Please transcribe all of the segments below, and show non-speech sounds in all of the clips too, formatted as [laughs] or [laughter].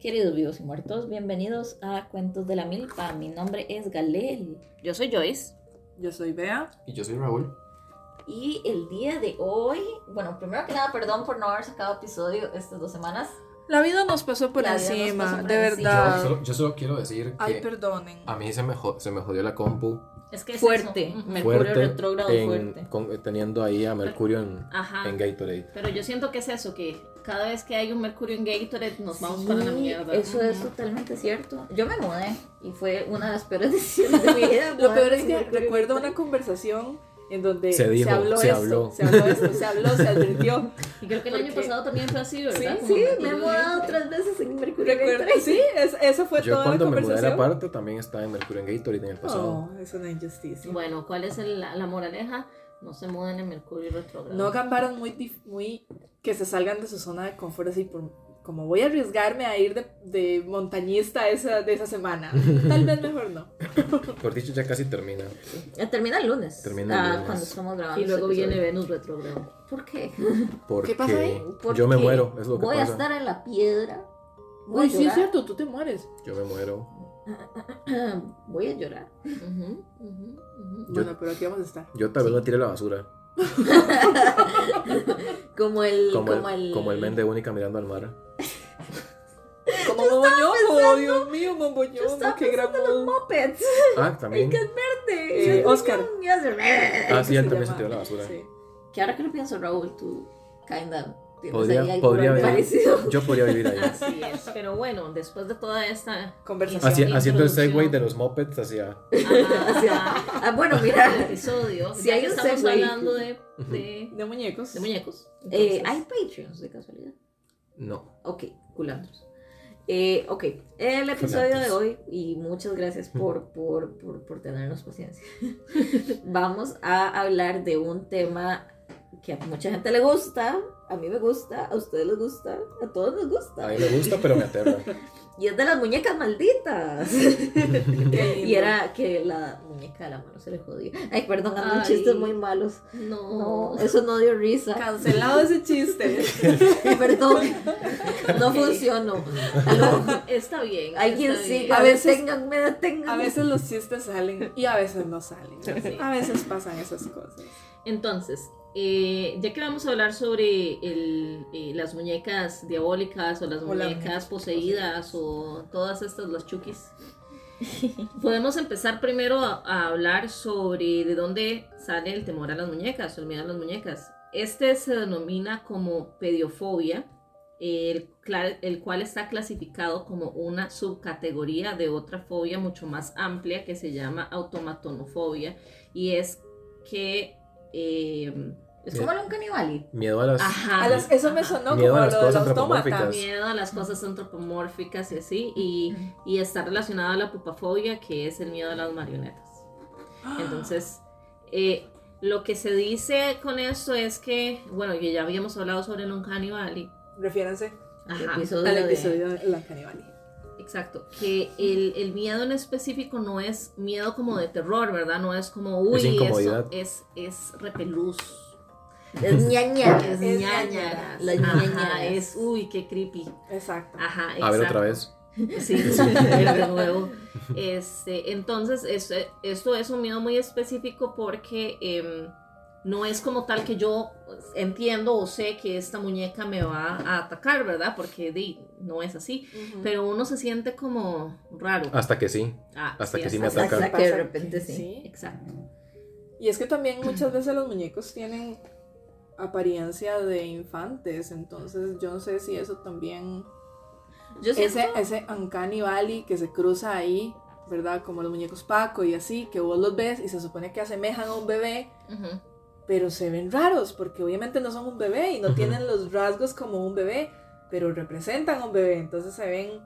Queridos vivos y muertos, bienvenidos a Cuentos de la Milpa. Mi nombre es Galel. Yo soy Joyce. Yo soy Bea. Y yo soy Raúl. Y el día de hoy, bueno, primero que nada, perdón por no haber sacado episodio estas dos semanas. La vida nos pasó por La vida nos encima, pasó por de encima. Yo verdad. solo, yo solo quiero decir Ay, que perdonen. a mí se me, jo- se me jodió la compu Es que es fuerte, eso. Mercurio fuerte, retrógrado en- fuerte. con- teniendo ahí a Mercurio en, Ajá. en Gatorade. Pero yo siento que es eso, que cada vez que hay un Mercurio en Gatorade nos vamos Sí, para la mierda. Eso es totalmente cierto. Yo me mudé y fue una de las peores [laughs] decisiones de mi vida. Lo peor es que Mudarme. recuerdo una conversación en donde Se dijo, habló se esto, habló. se habló esto, se habló, se [laughs] advirtió. Y creo que el ¿Por año qué? pasado también fue así, ¿verdad? Como Sí, me he Mercurio mudado Gatorade. tres veces en Mercurio. Recuerdo, Gatorade. sí, es- esa fue Yo toda la cuando me mudé a conversación. la parte también estaba en Mercurio en Gatorade en el pasado. Oh, es una injusticia. Bueno, ¿cuál es el- la, la moraleja? No se muden en Mercurio retrógrado. No hagan varas muy, dif- muy que se salgan de su zona de confort así por como voy a arriesgarme a ir de, de montañista esa, de esa [laughs] semana. Tal vez mejor no. Por dicho, ya casi termina. Eh, Termina el lunes. Termina el ah, lunes. Cuando estamos grabando. y luego este viene episodio. Venus retrógrado. ¿Por qué? Porque ¿Qué pasa ahí? Porque yo me muero, es lo que Voy a pasa. estar en la piedra. Voy Uy, a sí es llorar. cierto, tú te mueres. Yo me muero. [clears throat] Voy a llorar. Ujú, ujú, ujú. Bueno, pero aquí vamos a estar. Yo tal vez me tire a la basura. Como el. Como, Como el, el. como el men de única mirando al [laughs] mar. Como Momboñomo, Dios mío, Yo Momboñomo, estaba qué gran Los modo. mopeds. Ah, también. El que es verde. Sí, El que Oscar. es un- y hace- Ah, sí, él Se también se llama- tiró a la basura. Sí. Que ahora que lo pienso, Raúl, tú. Kinda. tienes Podría- ahí algo podría haber- parecido. Yo podría [laughs] vivir ahí. Así es. Pero bueno, después de toda esta ah, Conversación. Así- haciendo el segue introducción, de los mopeds [laughs] hacia. ajá, ajá, Ah, bueno, [laughs] al mira. este episodio. Si Si ya hay que un estamos segue. hablando de, de, De muñecos. [laughs] de muñecos. Eh, entonces- Hay Patreons de casualidad. No. Ok, culantros. Eh, ok, el episodio Culantros. de hoy, y muchas gracias por, por, por, por tenernos paciencia, [laughs] vamos a hablar de un tema que a mucha gente le gusta, a mí me gusta, a ustedes les gusta, a todos les A gusta, mí me gusta, pero me aterra. y es de las muñecas malditas. [laughs] Qué lindo. y era que la muñeca de la mano se le jodía. Ay, perdón, andan Ay. chistes muy malos. No, [laughs] No, eso no dio risa. Cancelado ese chiste. Perdón, [laughs] no Ok. funcionó. está bien. Alguien está sí, bien. a A veces veces- ténganme, deténganme. [laughs] A veces los chistes salen y a veces no salen. Sí. A veces pasan esas cosas. Entonces, eh, ya que vamos a hablar sobre el, eh, las muñecas diabólicas o las O las muñecas muñecas poseídas o todas estas, las chukis, podemos empezar primero a, a hablar sobre de dónde sale el temor a las muñecas o el miedo a las muñecas. Este se denomina como pediofobia, el, cla- el cual está clasificado como una subcategoría de otra fobia mucho más amplia que se llama automatonofobia y es que... eh, Es como un canibali. Miedo a las. ajá, A las- eso me ajá, sonó Miedo como lo a las de cosas los tómatas. antropomórficas. miedo a las cosas antropomórficas y así, y, y está relacionado a la pupafobia, que es el miedo a las marionetas. Entonces, eh, lo que se dice con esto es que, bueno, que ya habíamos hablado sobre Uncanny Valley. Refiéranse El Ajá, episodio al de- episodio de la canibali. exacto. Que el, el miedo en específico no es miedo como de terror, ¿verdad? No es como, uy, eso incomodidad. es, es repelús. Es ñaña. Es Es ñañaras. las Ajá, ñañaras. es, uy, qué creepy. Exacto. Ajá, A ver exacto. otra vez. [laughs] Sí, de nuevo. Este, entonces, esto, esto es un miedo muy específico porque em, no es como tal que yo entiendo o sé que esta muñeca me va a atacar, ¿verdad? Porque di, no es así. Ujú. Pero uno se siente como raro. Hasta que sí. Ah, hasta que sí me hasta- ataca. Hasta que de repente sí. Exacto. Y es que también muchas veces los muñecos tienen apariencia de infantes, entonces yo no sé si eso también... Yo [laughs] siento, Ese, ese uncanny valley que se cruza ahí, ¿verdad? Como los muñecos Paco y así, que vos los ves y se supone que asemejan a un bebé, Ujú. pero se ven raros porque obviamente no son un bebé y no Ujú. tienen los rasgos como un bebé, pero representan a un bebé, entonces se ven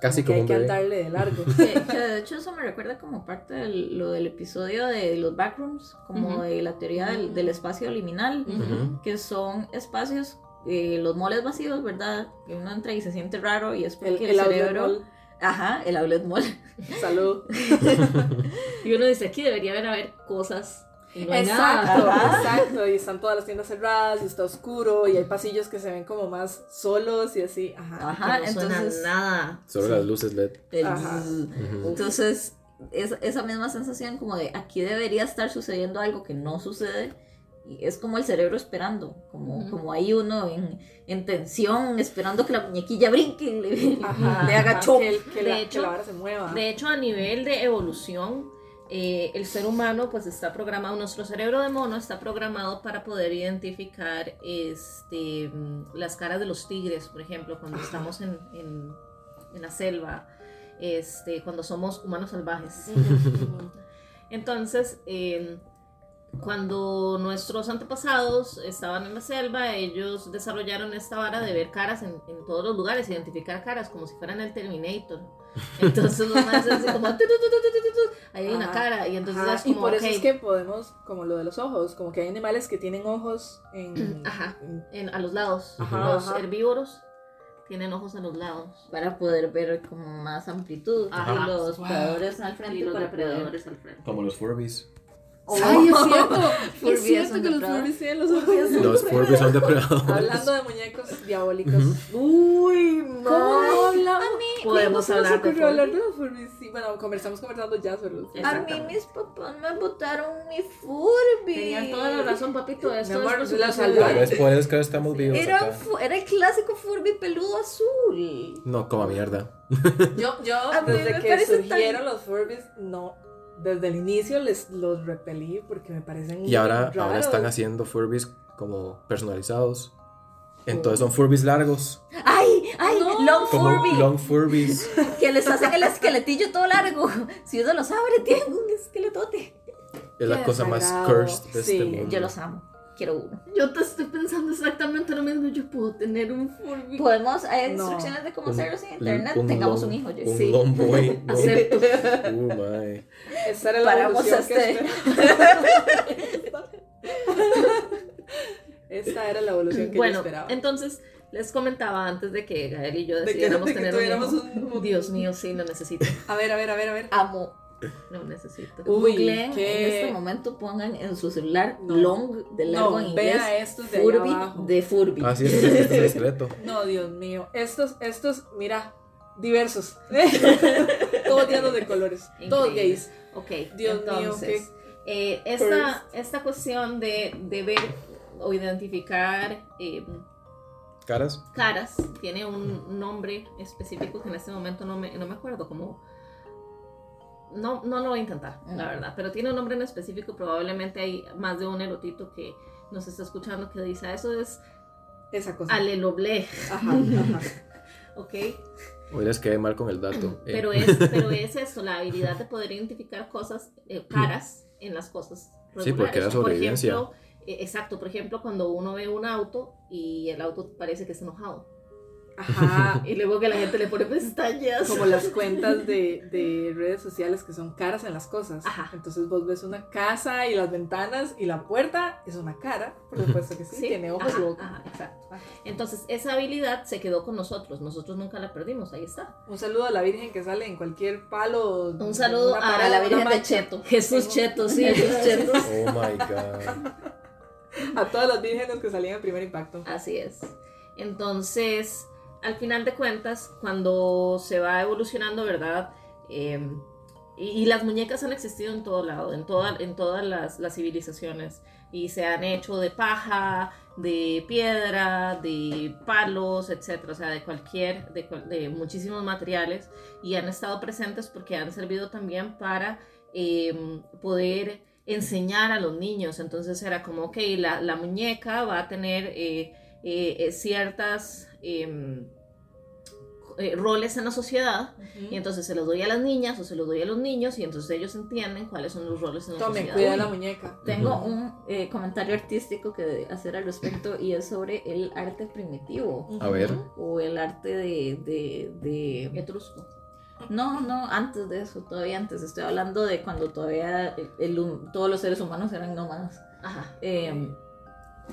Casi que como hay un que bebé. andarle de largo. que- que de hecho eso me recuerda como parte de lo del episodio de los backrooms, como Ujú. de la teoría del, del espacio liminal, Ujú. que son espacios, eh, los moles vacíos, ¿verdad? Que uno entra y se siente raro y es porque El, el, el outlet cerebro... mall. Ajá, el outlet mall. Salud. Y uno dice, aquí debería haber, haber cosas Y no hay nada. Exacto, Ajá. exacto. Y están todas las tiendas cerradas y está oscuro y hay pasillos que se ven como más solos y así. Ajá. Ajá, no suena entonces- nada. Solo las luces LED. El Ajá. zzz. Ujú. Entonces, es- esa misma sensación como de aquí debería estar sucediendo algo que no sucede. Y es como el cerebro esperando, como, Ujú. como ahí uno en, en tensión, esperando que la muñequilla brinque y le, Ajá, le haga ajá, chop. Que, el- que De la, hecho- que la vara se mueva. De hecho, a nivel de evolución, eh, el ser humano pues está programado, nuestro cerebro de mono está programado para poder identificar este, mm, las caras de los tigres, por ejemplo, cuando estamos en, en- en la selva, este, cuando somos humanos salvajes. Entonces, eh, cuando nuestros antepasados estaban en la selva, ellos desarrollaron esta vara de ver caras en, en todos los lugares, identificar caras como si fueran el Terminator. Entonces los más así como, "Tu, tu, tu, tu, tu, tu, tu", ahí hay una Ajá, cara y entonces Ajá, es como, y por eso "Ok". es que podemos, como lo de los ojos, como que hay animales que tienen ojos [clears throat] en... Ajá. en- en- a los lados, Ajá, los ajá. herbívoros tienen ojos a los lados. [laughs] Para poder ver con más amplitud. Ajá. Y los Wow. predadores al frente Y los para poder- depredadores al frente. Como los Furbies. Oh. ¡Ay, es cierto! Furbies es cierto son que los depredados. Furbies tienen los ojos azules. Los Furbies son depredadores. Hablando de muñecos diabólicos. Uy, ¿Cómo mae. hablamos? Podemos ¿Cómo se nos hablar de ocurrió hablar Furbies? de los Furbies? Sí, bueno, conversamos conversando ya sobre los Furbies. A mí Exactamente. mis papás me botaron mi Furby. Tenían toda la razón, papito. Esto Mi amor, es la Tal salvaje. vez por eso que ahora estamos vivos Era, un acá. fu- era el clásico Furby peludo azul. No, como mierda. Yo, yo A mí me desde que parece tan- surgieron los Furbies, no. Desde el inicio les los repelí porque me parecen Y ahora, raros. ahora están haciendo Furbies como personalizados. Entonces son Furbies largos. ¡Ay! ¡Ay! Long Como Furby. Long Furbies. Que les hacen el esqueletillo todo largo. Si uno los abre, tienen un esqueletote. Es la Qué cosa más desagradable. cursed de Sí, este mundo. Yo los amo. Quiero uno. Yo te estoy pensando exactamente lo mismo. Yo puedo tener un Furby. Podemos, hay No. instrucciones de cómo Un- hacerlos en internet. un Tengamos long- un hijo, yo Un sí. long boy. [laughs] long- Acepto. [laughs] Uh, my. Esa era la Paramos evolución este. que esperaba. [laughs] Esta era la evolución que yo Bueno, pues, esperaba. entonces les comentaba antes de que Gael y yo De que- decidiéramos de que tener tuviéramos un, hijo. un- un- Dios mío, sí, lo necesito. A ver, a ver, a ver, a ver. Amo. Lo necesito. Uy, Googleen qué- en este momento, pongan en su celular No. long de largo No, en inglés. vea estos de allá abajo. Furby de Furby. Así es, este es discreto. No, Dios mío. Estos, estos, mira, diversos. [laughs] Todos llenos de colores. Todos Increíble. gays. Ok, Dios mío, entonces, eh, esta, esta cuestión de, de ver o identificar eh, Caras. caras tiene un nombre específico que en este momento no me, no me acuerdo, como... No, no lo voy a intentar, la verdad, pero tiene un nombre en específico, probablemente hay más de un erotito que nos está escuchando que dice, "Ah, eso es Esa cosa. aleloble, Ajá, ajá. ¿ok? Hoy les quedé mal con el dato. eh. Pero es, pero es eso, la habilidad de poder identificar cosas, eh, caras en las cosas. Mm. Sí, porque era regulares. Por sobrevivencia. ejemplo, eh, exacto, por ejemplo, cuando uno ve un auto y el auto parece que está enojado. Ajá. Y luego que la gente le pone pestañas. Como las cuentas de, de redes sociales que son caras en las cosas. Ajá. Entonces vos ves una casa y las ventanas y la puerta es una cara, por supuesto que sí, Sí, tiene ojos ajá, y boca. ajá, exacto. Entonces, esa habilidad se quedó con nosotros. Nosotros nunca la perdimos, ahí está. Un saludo a la Virgen que sale en cualquier palo. Un saludo una a Para parada, la una Virgen de mancha. Cheto. Jesús Cheto, sí, Jesús Cheto. Oh my god. A todas las vírgenes que salían en primer impacto. Así es. Entonces, al final de cuentas, cuando se va evolucionando, ¿verdad? Eh, y, y las muñecas han existido en todo lado, en, toda- en todas las, las civilizaciones. Y se han hecho de paja, de piedra, de palos, etcétera, o sea, de cualquier, de, cual- de muchísimos materiales y han estado presentes porque han servido también para eh, poder enseñar a los niños. Entonces era como, ok, la, la muñeca va a tener eh, eh, eh, ciertas em, eh, roles en la sociedad y entonces se los doy a las niñas o se los doy a los niños y entonces ellos entienden cuáles son los roles en la Tomen, sociedad. cuidado la muñeca. [laughs] Tengo un eh, comentario artístico que hacer al respecto y es sobre el arte primitivo A ver. o el arte de- de, de Etrusco. No, no, antes de eso, todavía antes. Estoy hablando de cuando todavía el- el hum- todos los seres humanos eran nómadas. Ajá. Eh,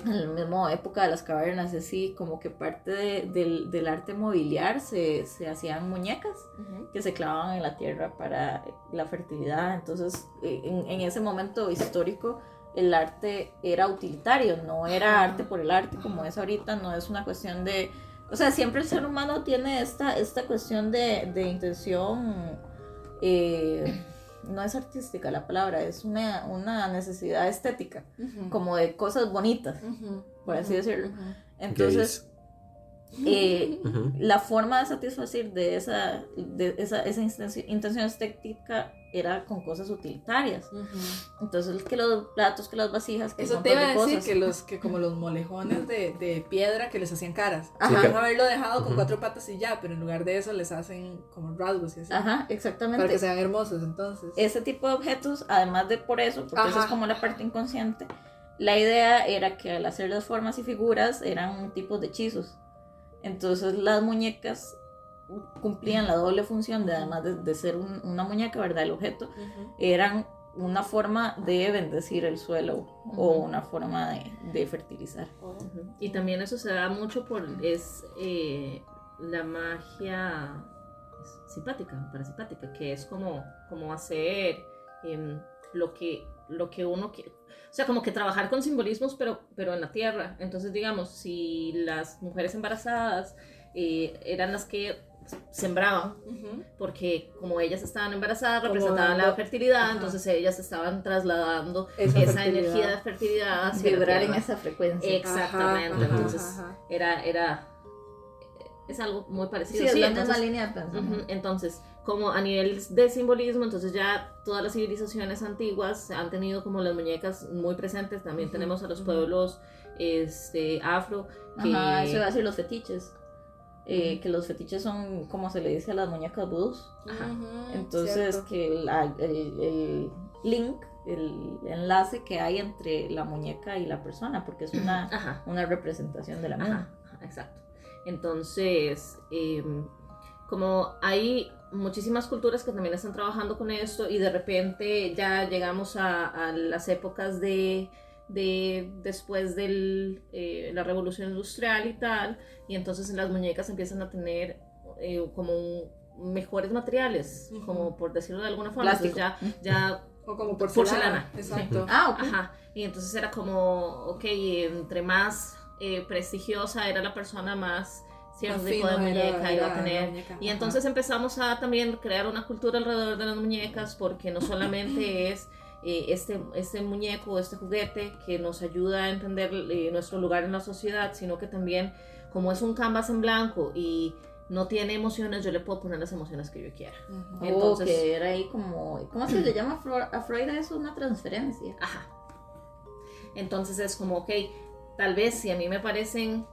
en la misma época de las cavernas, y así como que parte de- del, del arte mobiliar se, se hacían muñecas Ujú. que se clavaban en la tierra para la fertilidad. Entonces, eh, en, en ese momento histórico, el arte era utilitario, no era arte por el arte como es ahorita, no es una cuestión de... O sea, siempre el ser humano tiene esta, esta cuestión de, de intención, eh, no es artística la palabra, es una, una necesidad estética, como de cosas bonitas, por así decirlo. Entonces, eh, Ujú. la forma de satisfacer de esa, de esa, esa insten- intención estética era con cosas utilitarias. Entonces, que los platos, que las vasijas, que Eso un te iba montón a de decir cosas. que los que como los molejones de, de piedra que les hacían caras. Ajá. Van a haberlo dejado con Ujú. cuatro patas y ya, pero en lugar de eso les hacen como rasgos y así. Ajá, Para que exactamente. sean hermosos entonces. Ese tipo de objetos, además de por eso, porque eso Ajá. es como la parte inconsciente, la idea era que al hacer las formas y figuras eran un tipo de hechizos. Entonces, las muñecas cumplían la doble función de, además de, de ser un- una muñeca, ¿verdad? El objeto, Ujú. eran una forma de bendecir el suelo o Ujú. una forma de, de fertilizar. Oh. Ujú. Y también eso se da mucho por es eh, la magia simpática, parasimpática, que es como, como hacer em, lo, que, lo que uno quiere. O sea, como que trabajar con simbolismos, pero, pero en la tierra. Entonces, digamos, si las mujeres embarazadas eh, eran las que sembraban, Ujú. porque como ellas estaban embarazadas, Como representaban la dando- fertilidad, Ajá. entonces ellas estaban trasladando Esa esa, fertilidad. energía de fertilidad hacia la Vibrar en tierra. esa frecuencia. Eh, Exactamente, Ajá, ajá, entonces, ajá. era, era, es algo muy sí, parecido. es sí, la entonces, misma línea de pensamiento. ujú, entonces, como a nivel de simbolismo, entonces ya todas las civilizaciones antiguas han tenido como las muñecas muy presentes, también Ujú, tenemos a los ujú. pueblos este, afro, que Ajá, eso iba a decir los fetiches. Eh, que los fetiches son como se le dice a las muñecas vudús. Ajá. Ujú, Entonces, cierto. que el, ah, el- el link, el enlace que hay entre la muñeca y la persona, porque es una, Ajá, una representación de la misma. Ajá, ajá, exacto. Entonces, em, como hay muchísimas culturas que también están trabajando con esto y de repente ya llegamos a, a las épocas de, de- después de la revolución industrial y tal, y entonces las muñecas empiezan a tener eh, como un- mejores materiales, Ujú. como por decirlo de alguna forma, Plástico. entonces ya, ya O como porcelana. porcelana. Exacto. Ah, ok. Ajá, y entonces era como, ok, entre más eh, prestigiosa era la persona, más cierto Más tipo de fino era- muñeca iba era a la tener. muñeca. Y Ajá. entonces empezamos a también crear una cultura alrededor de las muñecas, porque no [laughs] solamente es eh, este, este muñeco, este juguete que nos ayuda a entender eh, nuestro lugar en la sociedad, sino que también, como es un canvas en blanco y no tiene emociones, yo le puedo poner las emociones que yo quiera. Ujú. Oh, entonces- que era ahí como. ¿Cómo se le llama a Fro- a Freud? a eso? una transferencia. Ajá. Entonces es como, ok, tal vez si a mí me parecen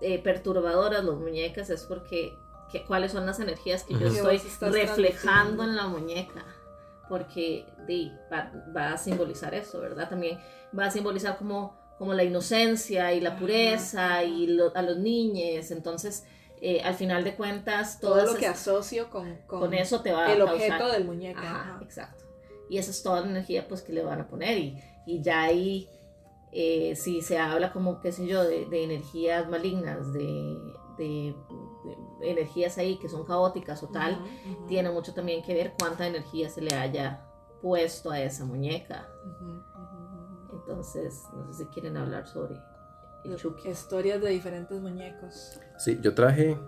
eh, perturbadoras las muñecas es porque que- cuáles son las energías que yo Ujú. Que estoy vos estás transmitiendo. reflejando en la muñeca. Porque di, va, va a simbolizar eso, ¿verdad? También va a simbolizar como, como la inocencia y la Ajá. pureza y lo- a los niñes. Entonces, eh, al final de cuentas, Todo lo que haces asocio con, con, con eso te va a el causar- objeto del muñeco. Ajá, ajá. exacto. Y esa es toda la energía pues que le van a poner. Y, y ya ahí, eh, si se habla como, qué sé yo, de, de energías malignas, de, de- de energías ahí que son caóticas o tal, Ujú, ujú. tiene mucho también que ver cuánta energía se le haya puesto a esa muñeca. Ujú, ujú, Entonces, no sé si quieren hablar sobre el ujú. Chucky. Historias de diferentes muñecos. Sí, yo traje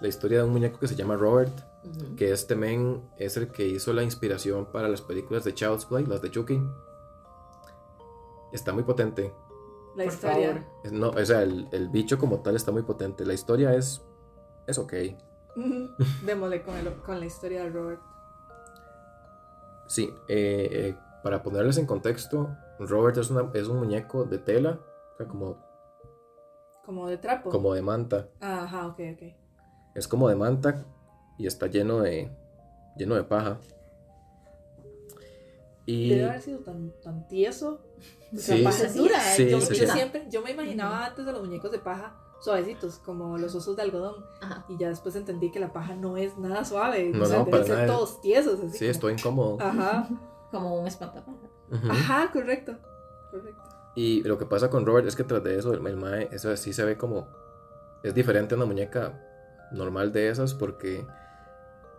la historia de un muñeco que se llama Robert, Ujú. que este men es el que hizo la inspiración para las películas de Child's Play, las de Chucky. Está muy potente. La Por historia. favor. Es- No, o sea, el, el bicho como tal está muy potente. La historia es. es ok. Ujú. Démosle con, el- con la historia de Robert. Sí, eh, eh, para ponerles en contexto, Robert es, una- es un muñeco de tela, o sea, como, Como de trapo. como de manta. Ah, Ajá, ok, ok. Es como de manta y está lleno de. lleno de paja. Y. Debe haber sido tan, tan tieso. Sí, paja es sí, dura, ¿eh? sí, yo, sí, yo sí. siempre, yo me imaginaba antes de los muñecos de paja suavecitos, como los osos de algodón. Ajá. Y ya después entendí que la paja no es nada suave. No, o sea, no, deben para ser nada. todos tiesos. Así sí, como- estoy incómodo. Ajá, Como un espantapájaros. Ujú. Ah, ajá, correcto. Correcto. Y lo que pasa con Robert es que tras de eso, el, el mae, eso sí se ve como. Es diferente a una muñeca normal de esas porque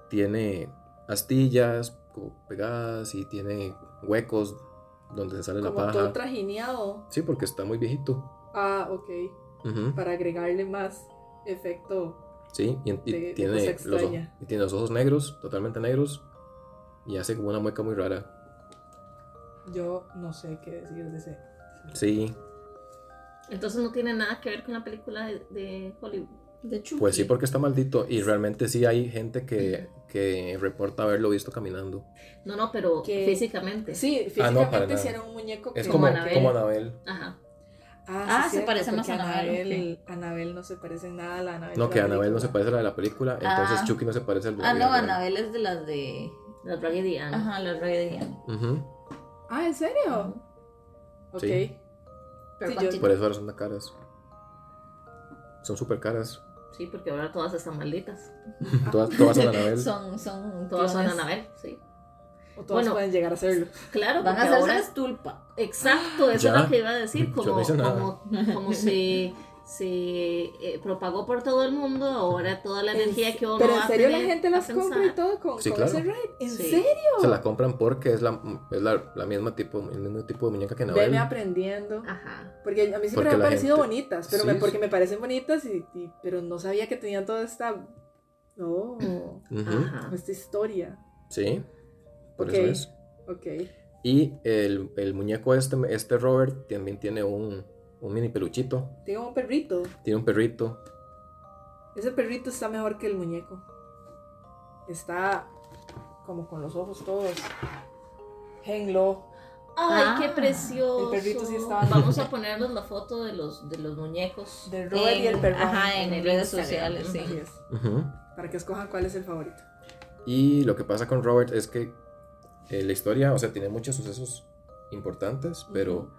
tiene astillas como pegadas y tiene huecos donde se sale la Como todo paja. trajineado. Sí, porque está muy viejito. Ah, ok. Ujú, Para agregarle más efecto. Sí, y, y de- de tiene cosa los, o- extraña. y tiene los ojos negros, totalmente negros, y hace como una mueca muy rara. Yo no sé qué decir de ese. Sí, Entonces no tiene nada que ver con la película de, de Hollywood. De Chucky. pues sí, porque está maldito, y realmente sí hay gente que, que reporta haberlo visto caminando. No, no, pero Que- físicamente. Sí, Ah, no, para físicamente nada. sí era un muñeco Es que- como, Como Anabel. como Anabel. Ajá. Ah, se parece más porque a Anabel, Anabel, Anabel no se parece en nada a la Anabel. No, de que la Anabel no se película. parece a la de la película, entonces Ah. Chucky no se parece al de la Ah, no, vida real. Anabel es de las de. La Raggedy Ann. Ajá, las redes. Ujú, Ah, ¿en serio? Ok. Sí. Pero Sí, con yo- chi- Por eso ahora son tan caras. Son súper caras. Sí, porque ahora todas están malditas. Todas, todas son Anabel. Son, son. Todas son clones. Anabel, sí. O todos Bueno. pueden llegar a serlo. Claro, Van a porque hacerse ahora las tulpa. Exacto, eso Ya. es lo que iba a decir, [laughs] Yo como, no hice nada. como, como se, se eh, propagó por todo el mundo, ahora toda la energía que uno Pero va en a serio la tener gente las a compra y pensar. todo con, Sí, con claro. ese raid. ¿En Sí. serio? Se la compran porque es la, es la, la misma tipo, el mismo tipo de muñeca que Anabel. Veme aprendiendo. Ah. Ajá. Porque a mí siempre Porque me han la parecido gente- bonitas, pero Sí, me- sí. porque me parecen bonitas, y, y- pero no sabía que tenían toda esta, no, [clears throat] Ujú, Ajá. esta historia. Sí, por Ok. eso es. Ok. Y el, el muñeco este, este Robert también tiene un, un mini peluchito. Tengo un perrito. Tiene un perrito. Ese perrito está mejor que el muñeco. Está como con los ojos todos. Henlo. Ay, Ah, qué precioso. el perrito sí estaba- Vamos a ponernos la foto de los, de los muñecos. De Robert y el perro. Ajá, en, En el redes Instagram. sociales, sí. Así es. Ujú. Para que escojan cuál es el favorito. Y lo que pasa con Robert es que eh, la historia, o sea, tiene muchos sucesos importantes, pero Ujú.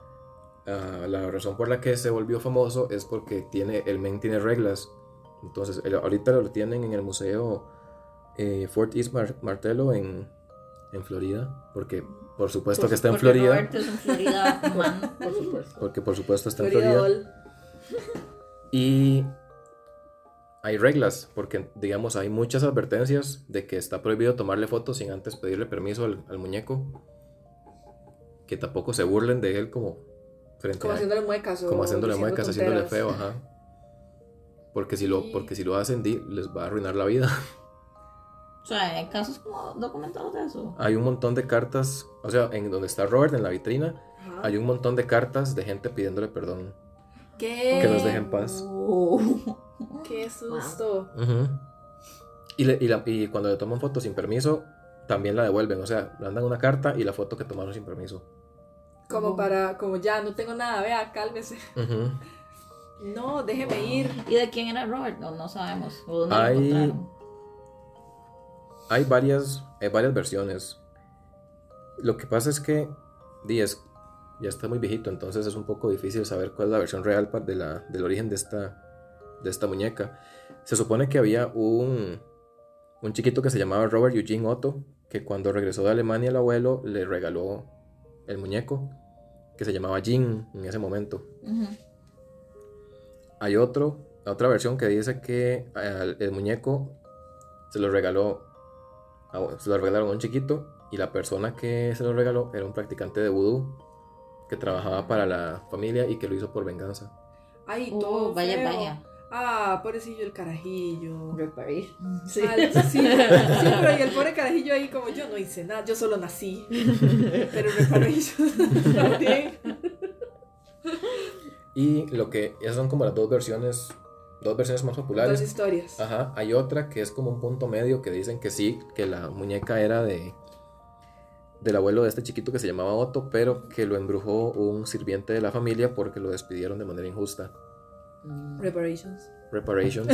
ah, la razón por la que se volvió famoso es porque tiene, el men tiene reglas. Entonces, el- ahorita lo tienen en el museo eh, Fort East Mar- Martello en, en Florida, porque por supuesto que está en Porque Florida. Roberto es un Florida man, por supuesto. Porque por supuesto está en Florida Florida. Doll. Y hay reglas, porque digamos hay muchas advertencias de que está prohibido tomarle fotos sin antes pedirle permiso al, al muñeco. Que tampoco se burlen de él como frente Como a haciéndole muecas. o como haciéndole diciendo muecas, haciéndole tonteras. feo, ajá. Porque si lo, Sí. porque si lo hacen, di, les va a arruinar la vida. [laughs] O sea, hay casos como documentados de eso. Hay un montón de cartas, o sea, en donde está Robert en la vitrina, Ajá. hay un montón de cartas de gente pidiéndole perdón. ¿Qué? Que nos dejen paz. Oh. [laughs] Qué susto. Ujú. y, le- y la- y cuando le toman foto sin permiso, también la devuelven. O sea, le mandan una carta y la foto que tomaron sin permiso. Como Wow. para, como ya, no tengo nada, vea, cálmese. Ujú. No, déjeme ir. ¿Y de quién era Robert? No, no sabemos. ¿O dónde Ay. lo encontraron? Hay, varias, hay varias versiones. Lo que pasa es que Díaz ya está muy viejito, entonces es un poco difícil saber cuál es la versión real pa- de la- del origen de esta, de esta muñeca. Se supone que había un, un chiquito que se llamaba Robert Eugene Otto, que cuando regresó de Alemania el abuelo le regaló el muñeco, que se llamaba Jean en ese momento. Ujú. Hay otro, otra versión que dice que al- el muñeco se lo regaló, a- se lo regalaron a un chiquito y la persona que se lo regaló era un practicante de vudú que trabajaba para la familia y que lo hizo por venganza. Ay, Oh, todo. vaya, feo. vaya. Ah, pobrecillo el carajillo. Reparir. Sí. sí, pero y el pobre carajillo ahí como yo no hice nada, yo solo nací. Pero el carajillo [laughs] también. Y lo que, esas son como las dos versiones, dos versiones más Dos populares. historias. Ajá, hay otra que es como un punto medio que dicen que sí, que la muñeca era de del abuelo de este chiquito que se llamaba Otto, pero que lo embrujó un sirviente de la familia porque lo despidieron de manera injusta. Reparations. Reparations.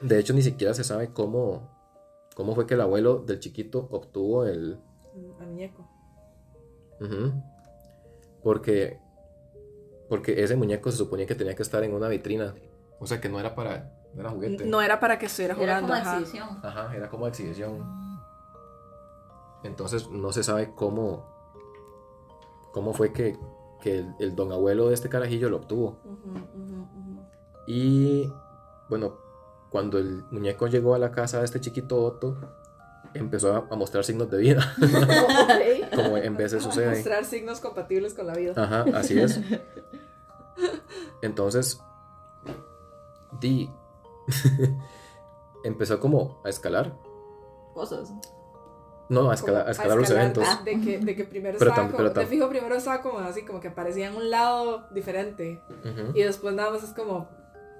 De hecho, ni siquiera se sabe cómo, cómo fue que el abuelo del chiquito obtuvo el... A mm, muñeco. Ujú. Porque, porque ese muñeco se suponía que tenía que estar en una vitrina. O sea, que no era para... No era juguete. No era para que estuviera Era jugando. como ajá. exhibición. Ajá, era como exhibición. Entonces, no se sabe cómo... Cómo fue que, que el, el don abuelo de este carajillo lo obtuvo. Ujú, ujú, ujú. Y bueno, cuando el muñeco llegó a la casa de este chiquito Otto, empezó a, a mostrar signos de vida, [laughs] Ok. como [laughs] en veces sucede. Ah, Mostrar signos compatibles con la vida. Ajá, así [laughs] es. Entonces, Di [laughs] empezó como a escalar. Cosas. No, a Como escalar, a escalar los escalar, ah. eventos. De que, de que primero Pero estaba tam- como, pero tam- te fijo, primero estaba como así, como que aparecía en un lado diferente. Ujú. Y después nada más es como,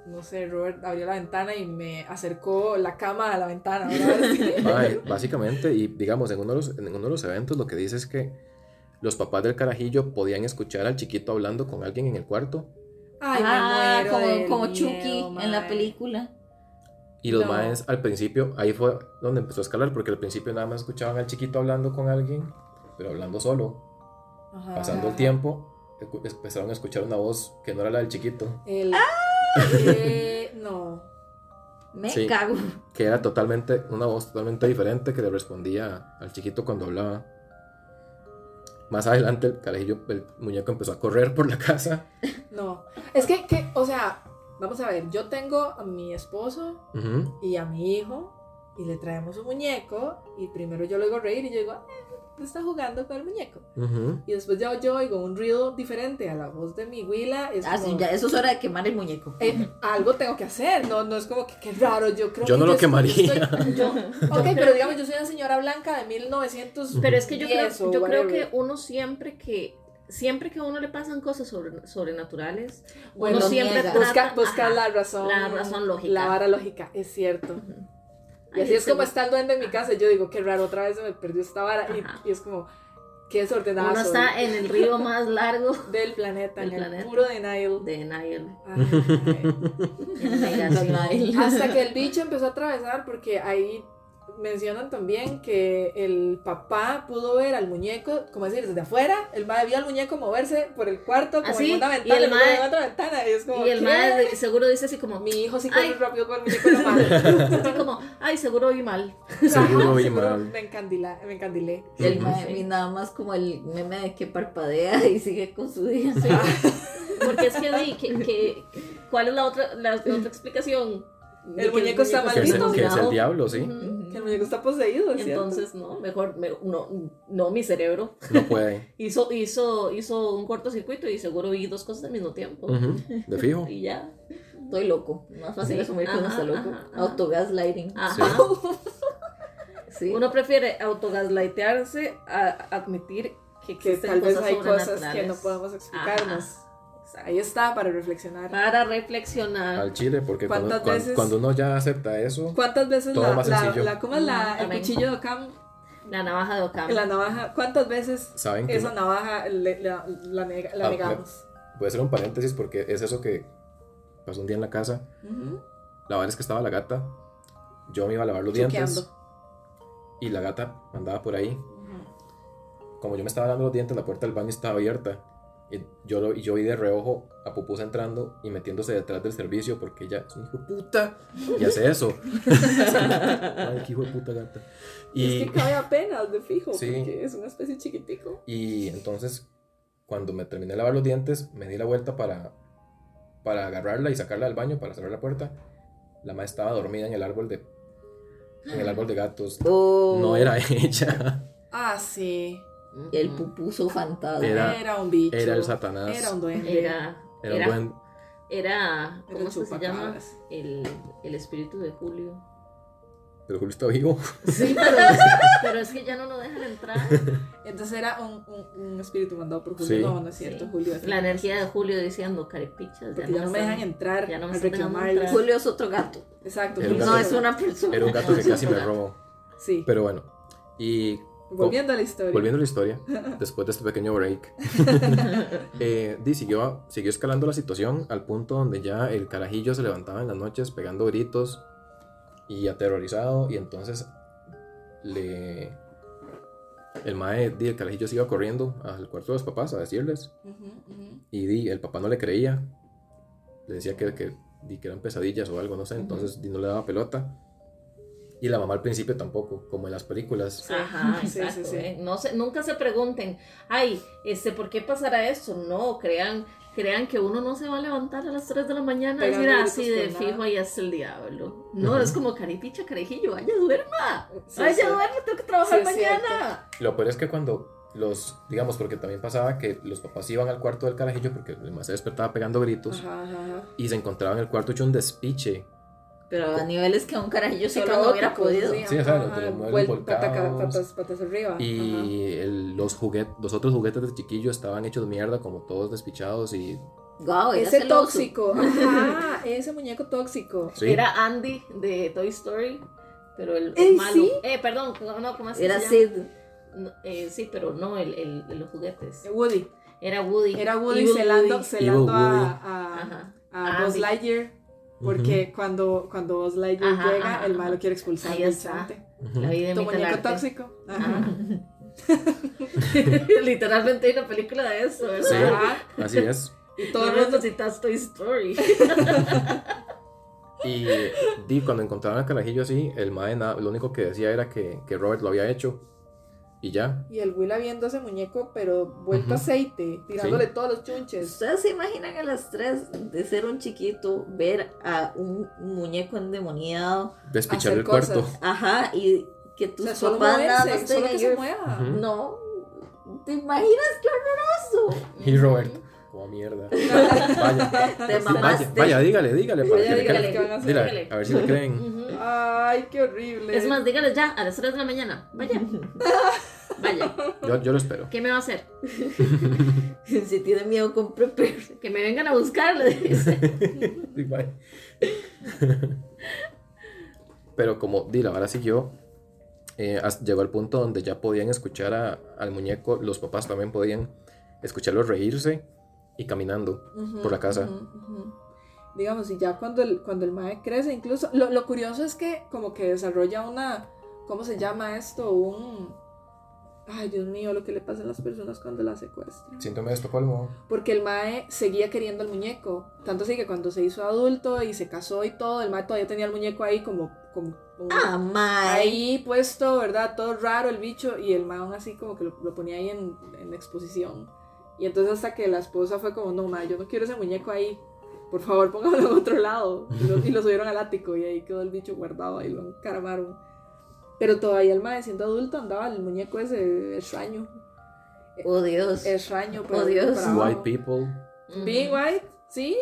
no sé, Robert abrió la ventana y me acercó la cama a la ventana. [laughs] ¿verdad? Sí. Mae, básicamente, y digamos, en uno, de los, en uno de los eventos lo que dice es que los papás del carajillo podían escuchar al chiquito hablando con alguien en el cuarto Ay, me ah, muero como, del como miedo, Chucky en la mae. película. y los No. maes al principio, ahí fue donde empezó a escalar, porque al principio nada más escuchaban al chiquito hablando con alguien, pero hablando solo, Ajá. pasando el tiempo, escu- empezaron a escuchar una voz que no era la del chiquito, El- Ah. Eh, no. Me Sí. cago. que era totalmente, una voz totalmente diferente que le respondía al chiquito cuando hablaba. Más adelante el carajillo, el muñeco empezó a correr por la casa. No. Es que, que, o sea, vamos a ver, yo tengo a mi esposo Ujú. y a mi hijo y le traemos un muñeco y primero yo lo oigo reír y yo digo, "Ah, está jugando con el muñeco. Ujú. Y después ya yo oigo un ruido diferente a la voz de mi huila. Es Ah, sí, como, ya, eso es hora de quemar el muñeco. eh, algo tengo que hacer, no, no es como que qué raro, yo creo Yo que no lo estoy- quemaría. [laughs] estoy- yo- ok, pero digamos, yo soy una señora blanca de 1900. Pero es que yo, creo, Eso, yo creo que whatever. uno siempre que siempre que a uno le pasan cosas sobre- sobrenaturales, Bueno, uno siempre niega. Busca, trata- busca ajá, la razón. la razón lógica. La vara lógica, es cierto. Y Ay, así es ese como gusto. está el duende en mi casa. y Yo digo, qué raro, otra vez se me perdió esta vara. Y, Ajá. y es como, qué desordenada Uno soy está en el río más largo del planeta, del en el planeta. puro denial. de Nile. Ay. [laughs] en negación. [laughs] Hasta que el bicho empezó a atravesar, porque ahí mencionan también que el papá pudo ver al muñeco, como decir, desde afuera. El madre vio al muñeco moverse por el cuarto, como Así, en una ¿Ah, y ventana, el y luego en mae- otra ventana. Y es como, Y el ¿qué? madre seguro dice así como, Mi hijo sí Ay. corre rápido con el muñeco en la [laughs] [laughs] mano. así como, ay, seguro vi mal. Seguro vi Seguro mal. Me, encandila, me encandilé. Y el Ujú. mae, y nada más como el meme de que parpadea [laughs] y sigue con su día. Porque es que, di, que, que- ¿cuál es la otra, la, la otra explicación? De Mm. El que muñeco está Que es, el, maldito. que es el condenado. diablo, sí. Ujú. Que el muñeco está poseído, ¿es cierto? Mm. Entonces, no, mejor, me- no, no, mi cerebro No puede. hizo, hizo, hizo un cortocircuito y seguro vi dos cosas al mismo tiempo. Ujú, De fijo. Y ya. Estoy loco. Más fácil Sí. asumir que uno Ajá, está loco. ajá, ajá. Autogaslighting. Ah, Ajá. Sí. Uno prefiere autogaslightearse a admitir que que existen tal vez cosas hay cosas que sobrenaturales. no podemos explicarnos. Exacto. Ahí está para reflexionar. Para reflexionar. Al chile, porque cuando, ¿Cuántas cuan- veces- cuando uno ya acepta eso, ¿Cuántas veces Todo la, más la, sencillo. la- ¿cómo es la- Mm, el amén. cuchillo de Ocam, La navaja de Ocam. la navaja, cuántas veces saben que esa navaja le- la, la neg- la Ah, negamos? voy a hacer un paréntesis porque es eso que pasó un día en la casa. Ujú. La verdad es que estaba la gata. Yo me iba a lavar los dientes y la gata andaba por ahí. Ujú. Como yo me estaba lavando los dientes, la puerta del baño estaba abierta. Y yo, lo, y yo vi de reojo a Pupusa entrando y metiéndose detrás del servicio porque ella es un hijo de puta y [laughs] hace eso. Ay, qué hijo de puta gata. Y, Es que cabe apenas, de fijo, Sí. porque es una especie chiquitico. Y entonces, cuando me terminé de lavar los dientes, me di la vuelta para, para agarrarla y sacarla del baño, para cerrar la puerta. La madre estaba dormida en el árbol de, en el árbol de gatos. Oh, No era ella, Ah, sí. El pupuso fantasma. Era- Era, un bicho. era el Satanás. Era un duende. Era. Era Era. un buen. era- Era ¿Cómo es que se llama? chupacabras. El, el espíritu de Julio. Pero Julio está vivo. [laughs] Sí, pero, pero es que ya no lo [laughs] dejan entrar. Entonces era un, un, un espíritu mandado por Julio. Sí. No, no es cierto, Sí. Julio. La energía de Julio diciendo carepichas. Porque ya no me dejan están- entrar ya no me a están dejando reclamarles. entrar. Julio es otro gato. Exacto. Era un Julio No gato. es una persona. Era un [laughs] gato que casi me robó. Sí. Pero bueno. Y Volviendo a la historia. Volviendo a la historia, después de este pequeño break, eh, Di siguió, a- siguió escalando la situación al punto donde ya el carajillo se levantaba en las noches pegando gritos y aterrorizado, y entonces le... El mae, Di, el carajillo se iba corriendo al cuarto de los papás a decirles, Ujú, ujú. y Di, el papá no le creía, le decía que, que, Di, que eran pesadillas o algo, no sé, entonces Di no le daba pelota. Y la mamá al principio tampoco, como en las películas. Sí. Ajá, [laughs] Sí, sí, exacto. sí. ¿eh? No se, nunca se pregunten, ay, este, ¿por qué pasará esto? No, crean, crean que uno no se va a levantar a las 3 de la mañana y Pegando decir gritos así de con fijo, nada". ahí es el diablo. No, Ujú. es como caripicha, carejillo, vaya, duerma. Sí, vaya, sí. duerma, tengo que trabajar Sí, es cierto. mañana. Lo peor es que cuando los, digamos, porque también pasaba que los papás iban al cuarto del carajillo porque el más se despertaba pegando gritos Ajá, ajá, ajá. y se encontraban en el cuarto hecho un despiche. Pero a niveles que un carajillo Sí, solo no hubiera caóticos, podido. Sí, o sea, ajá, los de los muebles vuel- volcados. pataca- patas, patas arriba. ajá. Y el- los juguetes, los otros juguetes de chiquillo estaban hechos mierda, como todos despichados y Guau, era Ese celoso. tóxico. Ajá, ese muñeco tóxico. sí. Era Andy de Toy Story, pero el, el ¿Eh, malo. sí? Eh, perdón, no, no, ¿cómo es que Era se llama? Sid. No, eh, sí, pero no el, el, el- los juguetes. Woody. Era Woody. Era Woody Evil celando, Woody. celando Woody. a, a, Ajá. a Buzz Andy. Lightyear. Porque cuando, cuando Buzz Lightyear Ajá, llega, ajá, el ajá. malo quiere expulsar Ahí al está. chante. Ujú. La vida Tu imita el muñeco arte. tóxico. Ajá. Ajá. Literalmente hay una película de eso, Sí. ¿verdad? Ajá. Así es. Y todo Todo el no mundo necesitas Toy Story. Y, di, cuando encontraban al carajillo así, el mae na- lo único que decía era que, que Robert lo había hecho y ya. Y el Willa viendo ese muñeco, pero vuelto Ujú. aceite, tirándole todos los chunches. ¿Ustedes se imaginan a las tres de ser un chiquito, ver a un muñeco endemoniado? Despichar Hacer el cuarto. cosas. Ajá, y que O tus sea, solo papás nada moverse, más solo tengan que se your- mueva. Ujú. No, ¿te imaginas qué horroroso? Y Robert, [laughs] [laughs] como mierda. Vaya, Te vaya, mamaste. vaya, dígale, dígale. para Vaya, que le dígale crea. qué van a hacer. Dile, dígale. a ver si le creen. Ujú. Ay, qué horrible. Es más, dígales ya a las 3 de la mañana. Vaya, vaya. Yo, yo lo [laughs] espero. ¿Qué me va a hacer? [laughs] si tiene miedo, compre perro. [laughs] Que me vengan a buscar, le dice. Y bye. [laughs] Pero como di, la vara siguió, eh, hasta- llegó al punto donde ya podían escuchar a- al muñeco, los papás también podían escucharlo reírse y caminando. Ujú, por la casa. ujú, ujú. Digamos, y ya cuando el, cuando el mae crece, incluso. Lo, lo curioso es que, como que desarrolla una. ¿Cómo se llama esto? Un. Ay, Dios mío, lo que le pasa a las personas cuando las secuestran. Síntome de Estocolmo. Porque el mae seguía queriendo al muñeco. Tanto así que cuando se hizo adulto y se casó y todo, el mae todavía tenía el muñeco ahí como. como un- Ah, mae. ahí puesto, ¿verdad? Todo raro el bicho y el mae aún así como que lo, lo ponía ahí en, en exposición. Y entonces hasta que la esposa fue como, no, mae, yo no quiero ese muñeco ahí. Por favor, póngalo en otro lado. Y lo, y lo subieron al ático y ahí quedó el bicho guardado y lo encaramaron. Pero todavía el mae siendo adulto andaba el muñeco ese extraño. Oh, Dios. eh, Extraño, Oh, Dios. White people. Being white, sí.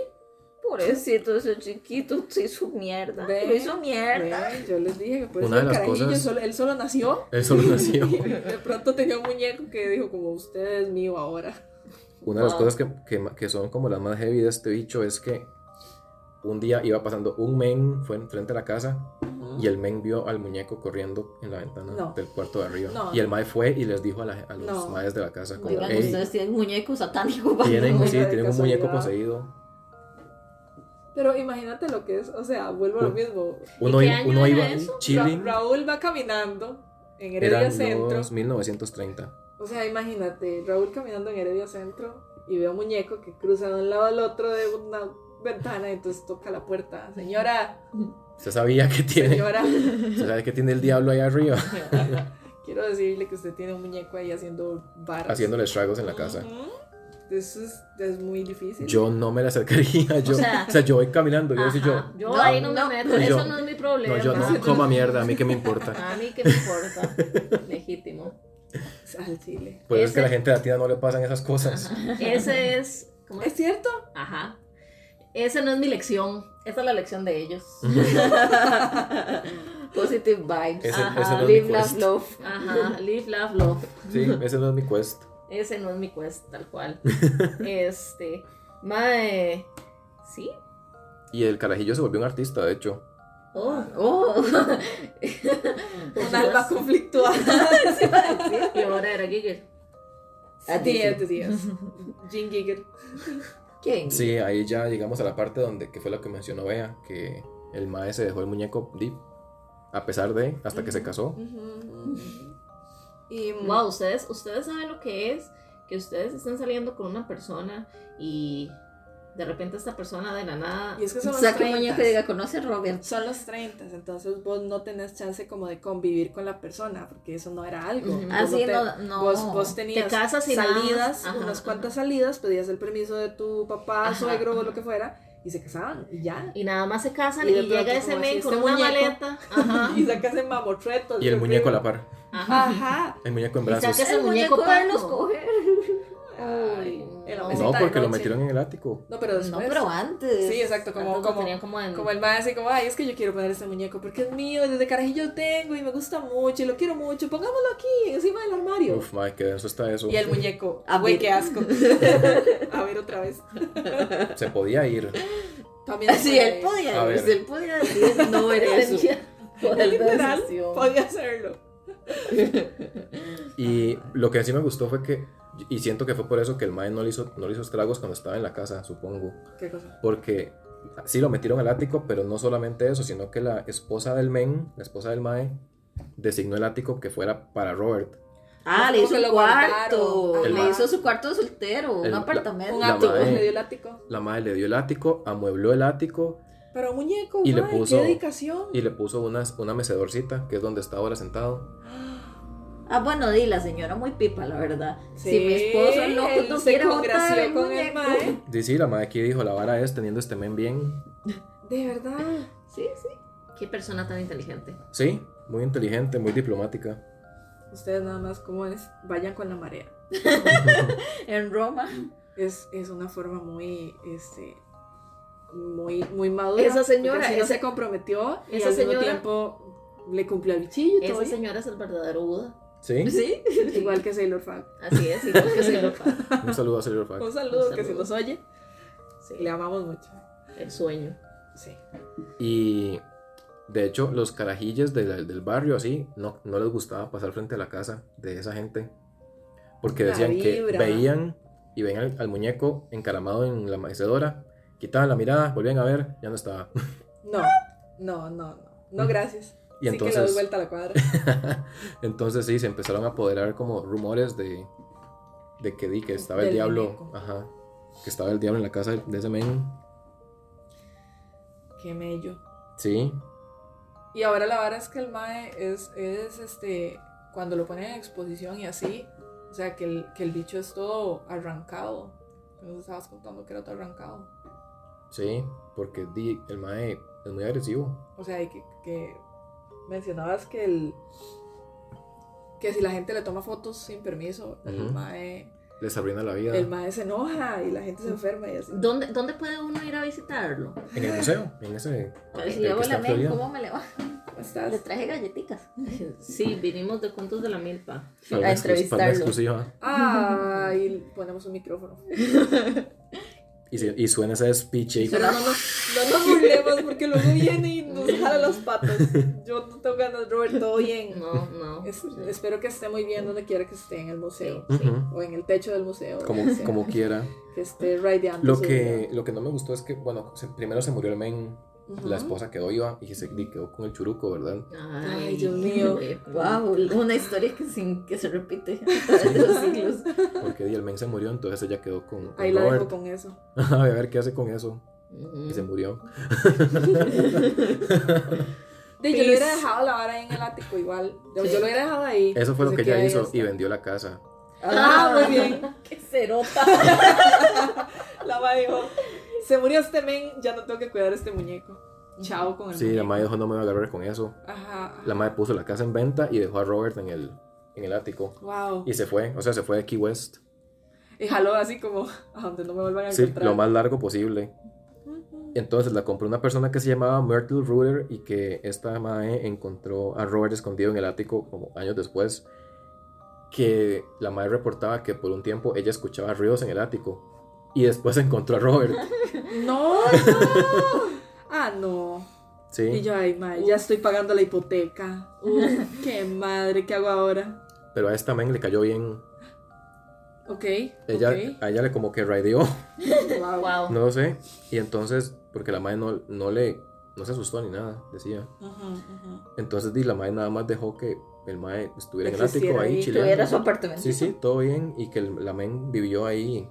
Pobrecito ese chiquito, se hizo mierda. Ve. Lo hizo mierda. Vean, yo les dije que por eso Una de el las carajillo cosas- solo- él solo nació. Él solo [laughs] nació. Y de pronto tenía un muñeco que dijo como usted es mío ahora. Una de las Wow. cosas que, que ma- que son como las más heavy de este bicho es que un día iba pasando un men, fue enfrente a la casa y el men vio al muñeco corriendo en la ventana No. del cuarto de arriba. No, y el mae fue y les dijo a, la- a los No. maes de la casa, como, Oigan, "Ey, ustedes tienen muñecos satánicos. [laughs] tienen, Muñeca sí, de tienen un casualidad". muñeco poseído. Pero imagínate lo que es, o sea, vuelvo a lo mismo. Uno, qué i- año uno era iba eso? Ra- chilling, Ra- Raúl va caminando en Heredia eran Centro. los 1930. O sea, imagínate, Raúl caminando en Heredia Centro y ve a un muñeco que cruza de un lado al otro de una ventana y entonces toca la puerta. Señora, Se sabía que tiene, señora, [laughs] se sabe que tiene el diablo ahí arriba, quiero decirle que usted tiene un muñeco ahí haciendo barras. haciéndole estragos en la casa. Ujú. Eso es, es muy difícil. Yo no me la acercaría, [laughs] yo, o sea, sea- yo voy caminando, yo sí, yo, Ajá. Yo No, ahí no, no. me meto, No, yo- eso no es mi problema. no, yo no, coma mierda, a mí que me importa. A mí que me importa. [laughs] Legítimo. Al chile. Pues es Ese- que a la gente latina no le pasan esas cosas. Ese es. ¿cómo ¿Es es? cierto? Ajá. Esa no es mi lección. Esa es la lección de ellos. [laughs] Positive vibes. Ese- Ajá, ese no es mi live, love, quest. love. Ajá. Live, love, love. Sí, ese no es mi quest. Ese no es mi quest, tal [laughs] cual. Este. Mae. Sí. Y el carajillo se volvió un artista, de hecho. Oh, oh. [laughs] Un alma conflictuada. Y ahora era Giger. A ti. 10 días. Jean Giger. ¿Quién? Sí, ahí ya llegamos a la parte donde, que fue lo que mencionó Bea, que el mae se dejó el muñeco Deep, a pesar de, hasta que se casó. Y mm, Wow, ustedes, ustedes saben lo que es que ustedes estén saliendo con una persona y De repente esta persona de la nada... Y es que son los Saca un muñeco y 30. diga, conoce a Robert. Son los 30, entonces vos no tenés chance como de convivir con la persona, porque eso no era algo. Ujú. Vos Así te- no, no. Vos, vos tenías Te casas y nada más. salidas, Ajá, unas ajá. cuantas salidas, pedías el permiso de tu papá, Ajá, suegro o ajá. lo que fuera, y se casaban, y ya. Y nada más se casan Y y, de pronto, llega ese como men así, con este una muñeco. [laughs] maleta. Ajá. Y sacas en mamotretos. Y el yo muñeco a creo. la par. Ajá. Ajá. El muñeco en Y saca brazos. ese muñeco verlos Paco. coger. Ay, en la No, No, mesita de porque lo noche. metieron en el ático. No, pero No, después. pero antes. Sí, exacto, como, Antes lo como, tenían como en- como el más así como, ay, es que yo quiero poner este muñeco porque es mío, y desde carajillo tengo y me gusta mucho y lo quiero mucho, pongámoslo aquí, encima del armario. Uf, madre, qué denso está eso. Y el muñeco, A güey, ver. [laughs] qué asco. a ver otra vez. Se podía ir. También Sí, fue- él podía, A ver. pues, él podía decir no era [laughs] eso. Literal, decisión. podía hacerlo. Y lo que sí me gustó fue que. Y siento que fue por eso que el mae no le hizo, no le hizo estragos cuando estaba en la casa, supongo. ¿Qué cosa? Porque sí lo metieron al ático, pero no solamente eso, sino que la esposa del men, la esposa del mae, designó el ático que fuera para Robert. Ah, le Como hizo que lo un cuarto. guardaron. Le Ajá. hizo su cuarto de soltero, El- un la- apartamento. Un La ático, madre. le dio el ático. La mae le dio el ático, amuebló el ático Pero muñeco, Y le ay, puso- qué dedicación. y le puso una, una mecedorcita, que es donde está ahora sentado. Ah, bueno, di, la señora muy pipa, la verdad. Sí, si mi esposo el loco él no se quiere congració botar el con el muñeco. mae. Y sí, la mae aquí dijo, la vara es teniendo este men bien. De verdad. Sí, sí. Qué persona [laughs] tan inteligente. Sí, muy inteligente, muy diplomática. [laughs] Ustedes nada más como es, vayan con la marea. En Roma. [laughs] Es, es una forma muy, este, muy, muy madura. Esa señora, porque así no esa- se comprometió y esa al mismo señora- tiempo le cumplió el bichillo y todo bien. Ese señor es el verdadero Buda. Sí, Sí. [laughs] Igual que Sailor Fag. Así es, igual que soy [laughs] un saludo a Sailor Fag. Un saludo, Un que si saludo. nos oye, le amamos mucho. el sueño. Sí. Y de hecho, los carajillos de la- del barrio así no, no les gustaba pasar frente a la casa de esa gente. Porque La decían que vibra. veían y veían al, al muñeco encaramado en la mecedora, quitaban la mirada, volvían a ver, ya no estaba. [laughs] No, no, no, no. No, gracias. Y Así que le doy entonces, vuelta a la cuadra. [laughs] entonces sí, se empezaron a apoderar como rumores de, de que di que estaba el Del diablo. muñeco. Ajá. Que estaba el diablo en la casa de, de ese men. [laughs] Qué mello. Sí. Y ahora la vara es que el mae es, es este, cuando lo ponen en exposición y así, o sea, que el, que el bicho es todo arrancado. Nos estabas contando que era todo arrancado. Sí, porque di, el mae es muy agresivo. O sea, y que, que mencionabas que el que si la gente le toma fotos sin permiso, el, Ujú. mae, Les arruina la vida. el mae se enoja y la gente se enferma y así. ¿Dónde, ¿Dónde puede uno ir a [laughs] visitarlo? En Ah. el museo, en ese. Pero si el yo que hago está la en men, Florida. ¿cómo me Pues, le va? ¿Estás? Le traje galletitas. Sí, vinimos de Cuentos de la Milpa. Para una a exclus- para una entrevistarlo. exclusiva. [laughs] Ah, y ponemos un micrófono. Y, se- y suena ese speech ahí. Pero no nos, no [laughs] nos burlemos porque luego viene y nos jala los patos. Yo no tengo ganas, Robert, todo bien. No, no. Es- espero que esté muy bien donde quiera que esté, en el museo. Ujú. O en el techo del museo. como, o sea, como quiera. Que esté raideando. Lo su que, vida. lo que no me gustó es que, bueno, se- primero se murió el men, Ujú. la esposa quedó iba y se y quedó con el churuco, ¿verdad? Ay, Dios mío. Wow, una historia que, sin, que se repite a [laughs] través de los siglos. Porque di, el men se murió, entonces ella quedó con, con Ahí la dejo Robert. con eso. [laughs] a ver qué hace con eso. Y se Ujú. murió. De, yo lo hubiera Peace. dejado la vara ahí en el ático igual. Yo, Sí. yo lo hubiera dejado ahí. Eso fue lo se que ella quede ahí hizo hasta- y vendió la casa. Ah, muy bien. [laughs] Qué cerota. La madre dijo, se murió este men, ya no tengo que cuidar este muñeco. Chao con el Sí, la muñeco. madre dijo no me voy a agarrar con eso. Ajá. La madre puso la casa en venta y dejó a Robert en el, en el ático. Wow. Y se fue, o sea, se fue de Key West. Y jaló así como a donde no me vuelvan a Sí, encontrar. lo más largo posible. Ujú. Entonces la compró una persona que se llamaba Myrtle Ruder y que esta mae encontró a Robert escondido en el ático como años después. Que la mae reportaba que por un tiempo ella escuchaba ruidos en el ático y después [laughs] encontró a Robert. No, no. Ah, no. Y Sí, yo, ay, madre, ya estoy pagando la hipoteca. Uf, [laughs] qué madre, ¿qué hago ahora? pero a esta mae le cayó bien. Ok. Ella, ok. Oh. A ella le como que raideó, Wow. Wow. no lo sé. Y entonces, porque la mae no, no le no se asustó ni nada, decía. Ujú, ujú. Entonces di, la mae nada más dejó que el mae estuviera en el Existiera ático ahí, ahí Tuviera su chileando. apartamento. Sí, sí, todo bien y que el- la men vivió ahí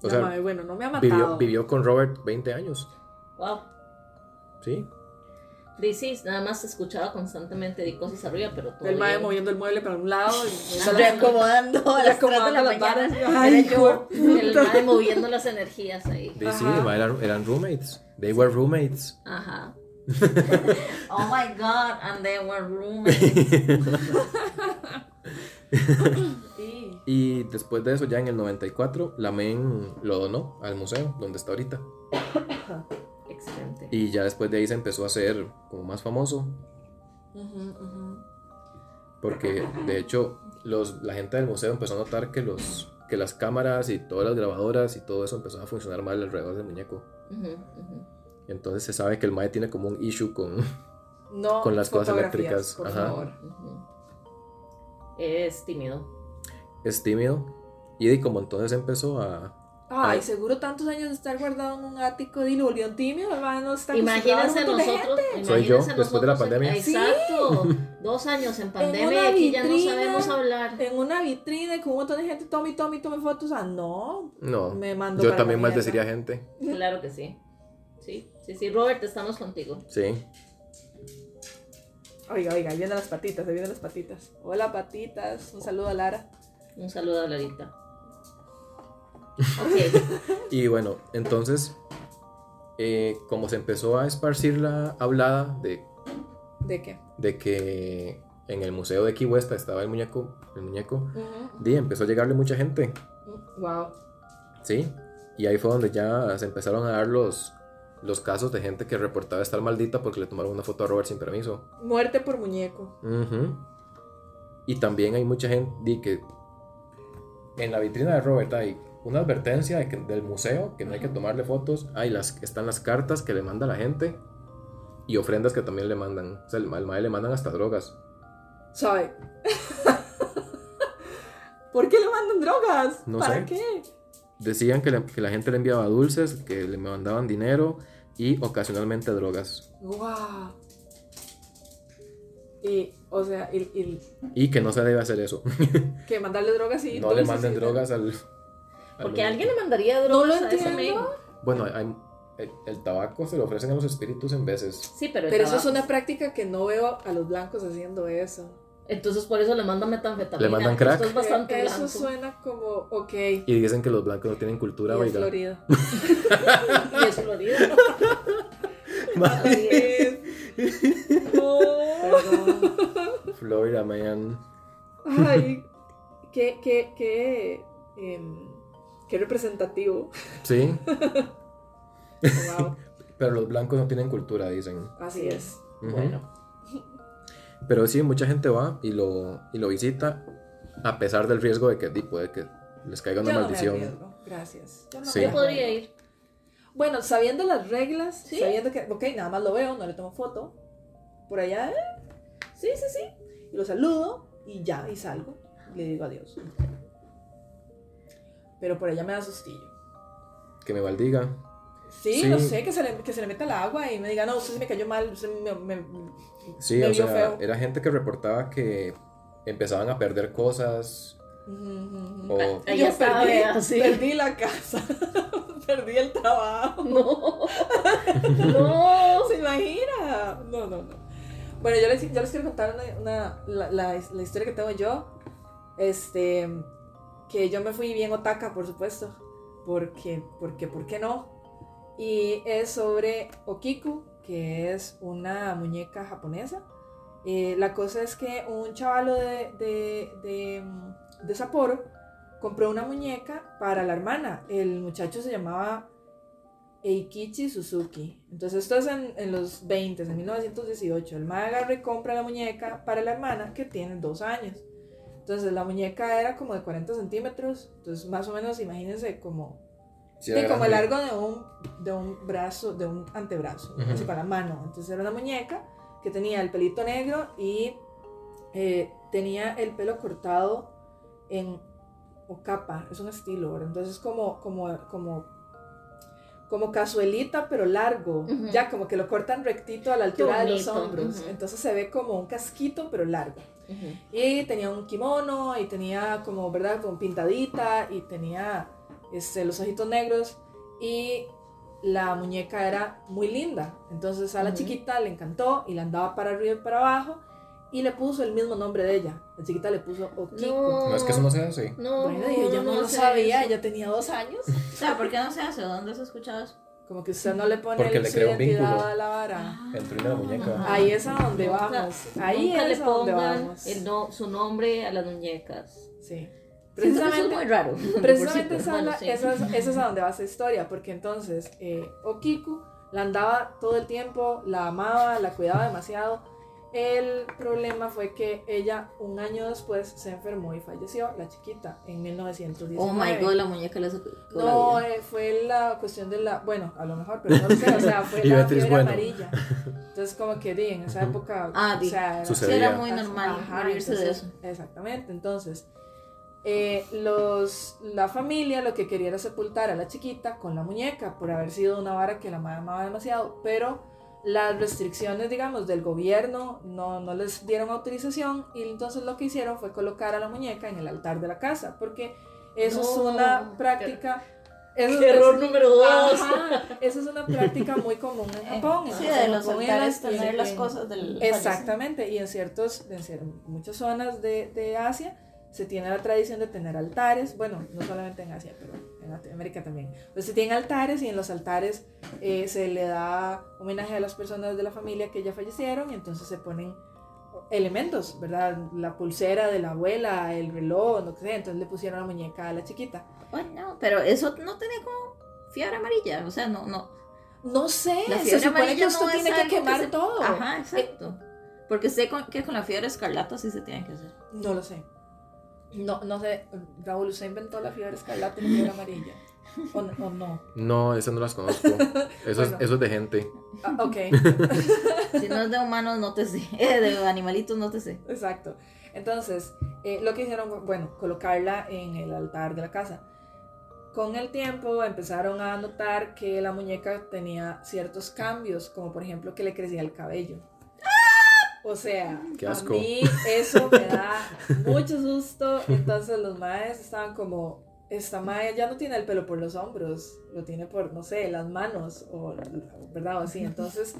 O No, sea, mae, bueno, no me ha matado. Vivió, vivió con Robert 20 años. Wow. Sí. Dice, nada más escuchaba constantemente de cosas arriba, pero todo. El mae bien. moviendo el mueble para un lado. Y Reacomodando a las tres de la Reacomodando las mañana. varas. Era Ay, yo. hijo [laughs] El mae moviendo las energías ahí. De- sí, Ajá. eran, eran roommates. They were roommates. [laughs] Ajá. oh my god, and they were roommates. Sí. Y después de eso, ya en el 94, la MEN lo donó al museo, donde está ahorita. Excelente. Y ya después de ahí se empezó a hacer como más famoso, Ujú, ujú. porque de hecho los, la gente del museo empezó a notar que, los, que las cámaras y todas las grabadoras y todo eso empezó a funcionar mal alrededor del muñeco. Ujú, ujú. Entonces se sabe que el Mae tiene como un issue con... No, Con las cosas fotografías, eléctricas, Por ajá. favor. Ujú. Es tímido. es tímido. Y de como entonces empezó a... Ay, Ay. seguro tantos años de estar guardado en un ático y lo volvió un tímido, hermano. No está acostumbrado a un Imagínense montón de nosotros. Soy yo, imagínense después de la nosotros en- pandemia. Exacto. Dos años en pandemia una y aquí ya no vitrina. sabemos hablar. gente En una vitrina con un montón de gente, tome, tome, tome fotos. Ah, no. No, Me mandó yo para también la maldeciría mierda. gente. Claro que sí. Sí, sí, sí. Robert, estamos contigo. Sí. Oiga, oiga, ahí vienen las patitas, ahí vienen las patitas. Hola, patitas. Un saludo a Lara. Un saludo a Larita. Ok. Y bueno, entonces, eh, como se empezó a esparcir la hablada de, ¿De qué? de que en el museo de Key West estaba el muñeco, el muñeco, Ujú. y empezó a llegarle mucha gente, Wow. ¿sí? Y ahí fue donde ya se empezaron a dar los, los casos de gente que reportaba estar maldita porque le tomaron una foto a Robert sin permiso. Muerte por muñeco. Ujú. Y también hay mucha gente di que en la vitrina de Robert hay una advertencia de que- del museo que no hay que tomarle fotos. Ahí las, están las cartas que le manda la gente y ofrendas que también le mandan. O sea, al al mae le mandan hasta drogas. Sabe. [laughs] ¿Por qué le mandan drogas? No ¿Para sé. qué? Decían que, le- que la gente le enviaba dulces, que le mandaban dinero y ocasionalmente drogas. Wow. Y, o sea, y, y Y que no se debe hacer eso. que mandarle drogas y. no le dulces manden y- drogas al... al Porque muñeco. alguien le mandaría No lo drogas a ese entiendo. men. Bueno, hay- el, el tabaco se lo ofrecen a los espíritus en veces. Sí, pero, el Pero eso es tabaco. una práctica que no veo a los blancos haciendo eso. Entonces por eso le mandan metanfetamina. Le mandan crack. Esto es bastante Eh, eso blanco. suena como, ok. Y dicen que los blancos no tienen cultura, y es oiga. [laughs] Florida. Y es [laughs] Florida. Así es. No. Perdón. [laughs] Florida Man. Ay, qué, qué, qué, em, qué [laughs] representativo. Sí, Wow, pero los blancos no tienen cultura, dicen. así es. Ujú. Bueno. Pero sí, mucha gente va y lo, y lo visita a pesar del riesgo de que di, puede que les caiga una Yo no me maldición. arriesgo, Gracias. Yo no Sí. me Yo podría arriesgo. ir. Bueno, sabiendo las reglas, Sí. sabiendo que, ok, nada más lo veo, no le tomo foto. Por allá, eh, sí, sí, sí. Y lo saludo y ya, y salgo. y le digo adiós. Pero por allá me da sustillo. que me maldiga. Sí, Sí. no sé, que se, le, que se le meta el agua y me diga, no, usted se me cayó mal, usted me, me- Sí, me o vio sea, feo. era gente que reportaba que empezaban a perder cosas. Ujú, ujú. O, Ahí Yo estaba, perdí, vea, sí. perdí la casa, [laughs] perdí el trabajo. [laughs] No. No. ¿Se imagina? No, no, no. Bueno, yo les, yo les quiero contar una, una- la, la- la historia que tengo yo. Este, que yo me fui bien otaka, por supuesto. Porque, porque, ¿por qué no? Y es sobre Okiku, que es una muñeca japonesa. Eh, la cosa es que un chavalo de, de, de, mm, de Sapporo compró una muñeca para la hermana. El muchacho se llamaba Eikichi Suzuki. Entonces esto es en, en los 20, en 1918. El mae agarra y compra la muñeca para la hermana que tiene dos años. Entonces la muñeca era como de 40 centímetros. Entonces más o menos imagínense como si Sí, era como el grande. largo de un, de un brazo, de un antebrazo, Ujú. así para la mano. Entonces era una muñeca que tenía el pelito negro y eh, tenía el pelo cortado en o capa, es un estilo, ¿verdad? Entonces como, como, como, como cazuelita, pero largo, Ujú. ya como que lo cortan rectito a la altura de los bonito, hombros. ujú. Entonces se ve como un casquito, pero largo. Ujú. Y tenía un kimono y tenía como, ¿verdad? Como pintadita y tenía este, los ojitos negros y la muñeca era muy linda. Entonces a la Ujú. chiquita le encantó y la andaba para arriba y para abajo y le puso el mismo nombre de ella. La chiquita le puso Okiko. No es que eso no se hace. No, Bueno, dije, yo no, no lo sé sabía, eso. ella tenía dos años. O sea, ¿por qué no se hace? ¿Dónde has escuchado eso? Como que usted no le pone Porque el- le su crea un identidad vínculo. a la vara. El trueno de la muñeca. Ah. Ahí es a donde Nunca- vamos. Ahí Nunca es le a donde pongan vamos. el no- su nombre a las muñecas. Sí. Siento que eso es Precisamente muy [laughs] raro. de por Precisamente sí, esa, bueno, la- sí. esa es, esa es a donde va esa historia, porque entonces eh, Okiku la andaba todo el tiempo, la amaba, la cuidaba demasiado. El problema fue que ella un año después se enfermó y falleció, la chiquita, en pero- 1919. Oh my god, la muñeca le sacó la No, vida. eh, fue la cuestión de la, bueno, a lo mejor, pero no lo sé, o sea, fue [laughs] Y la Beatriz, fiebre bueno. amarilla. Entonces como que di, en esa Ujú. época, Ah, di. o sea, era- Sí, Sucedió. era sería. muy normal Ajá, morirse de entonces, eso. Exactamente, entonces eh, los, la familia lo que quería era sepultar a la chiquita con la muñeca por haber sido una vara que la madre amaba demasiado, pero las restricciones, digamos, del gobierno no, no les dieron autorización y entonces lo que hicieron fue colocar a la muñeca en el altar de la casa, porque eso es No, una qué- práctica... eso es- Error número dos. Ajá, eso es una práctica muy común en Japón. Sí, entonces, de en los Japón y en altares las- y en- tener las este, en- cosas del Exactamente, y en ciertos, en cier- muchas zonas de, de Asia se tiene la tradición de tener altares, bueno, no solamente en Asia, pero en Latinoamérica también. Pues se tienen altares y en los altares eh, se le da homenaje a las personas de la familia que ya fallecieron y entonces se ponen elementos, ¿verdad? La pulsera de la abuela, el reloj, lo que sea, entonces le pusieron la muñeca a la chiquita. Bueno, pero eso no tenía como fiebre amarilla, o sea, no, no. No sé, La se fiebre supone que amarilla esto no es tiene que algo que quemar se- todo. Ajá, exacto. Porque sé con- que con la fiebre escarlata sí se tiene que hacer. No lo sé. No, no sé, Raúl, ¿usted inventó la fiebre escarlata y la fiebre amarilla? [laughs] ¿O, o no? No, esas no [laughs] las conozco. Eso, Bueno. es, eso es de gente. Ah, ok, Si no es de humanos, no te sé. [laughs] Eh, De animalitos, no te sé. exacto. Entonces, eh, lo que hicieron, fue, bueno, colocarla en el altar de la casa. Con el tiempo empezaron a notar que la muñeca tenía ciertos cambios, como por ejemplo que le crecía el cabello. O sea, Qué a asco. mí eso me da mucho susto. Entonces los maes estaban como, esta mae ya no tiene el pelo por los hombros, lo tiene por, no sé, las manos, o, ¿verdad? O así. Entonces,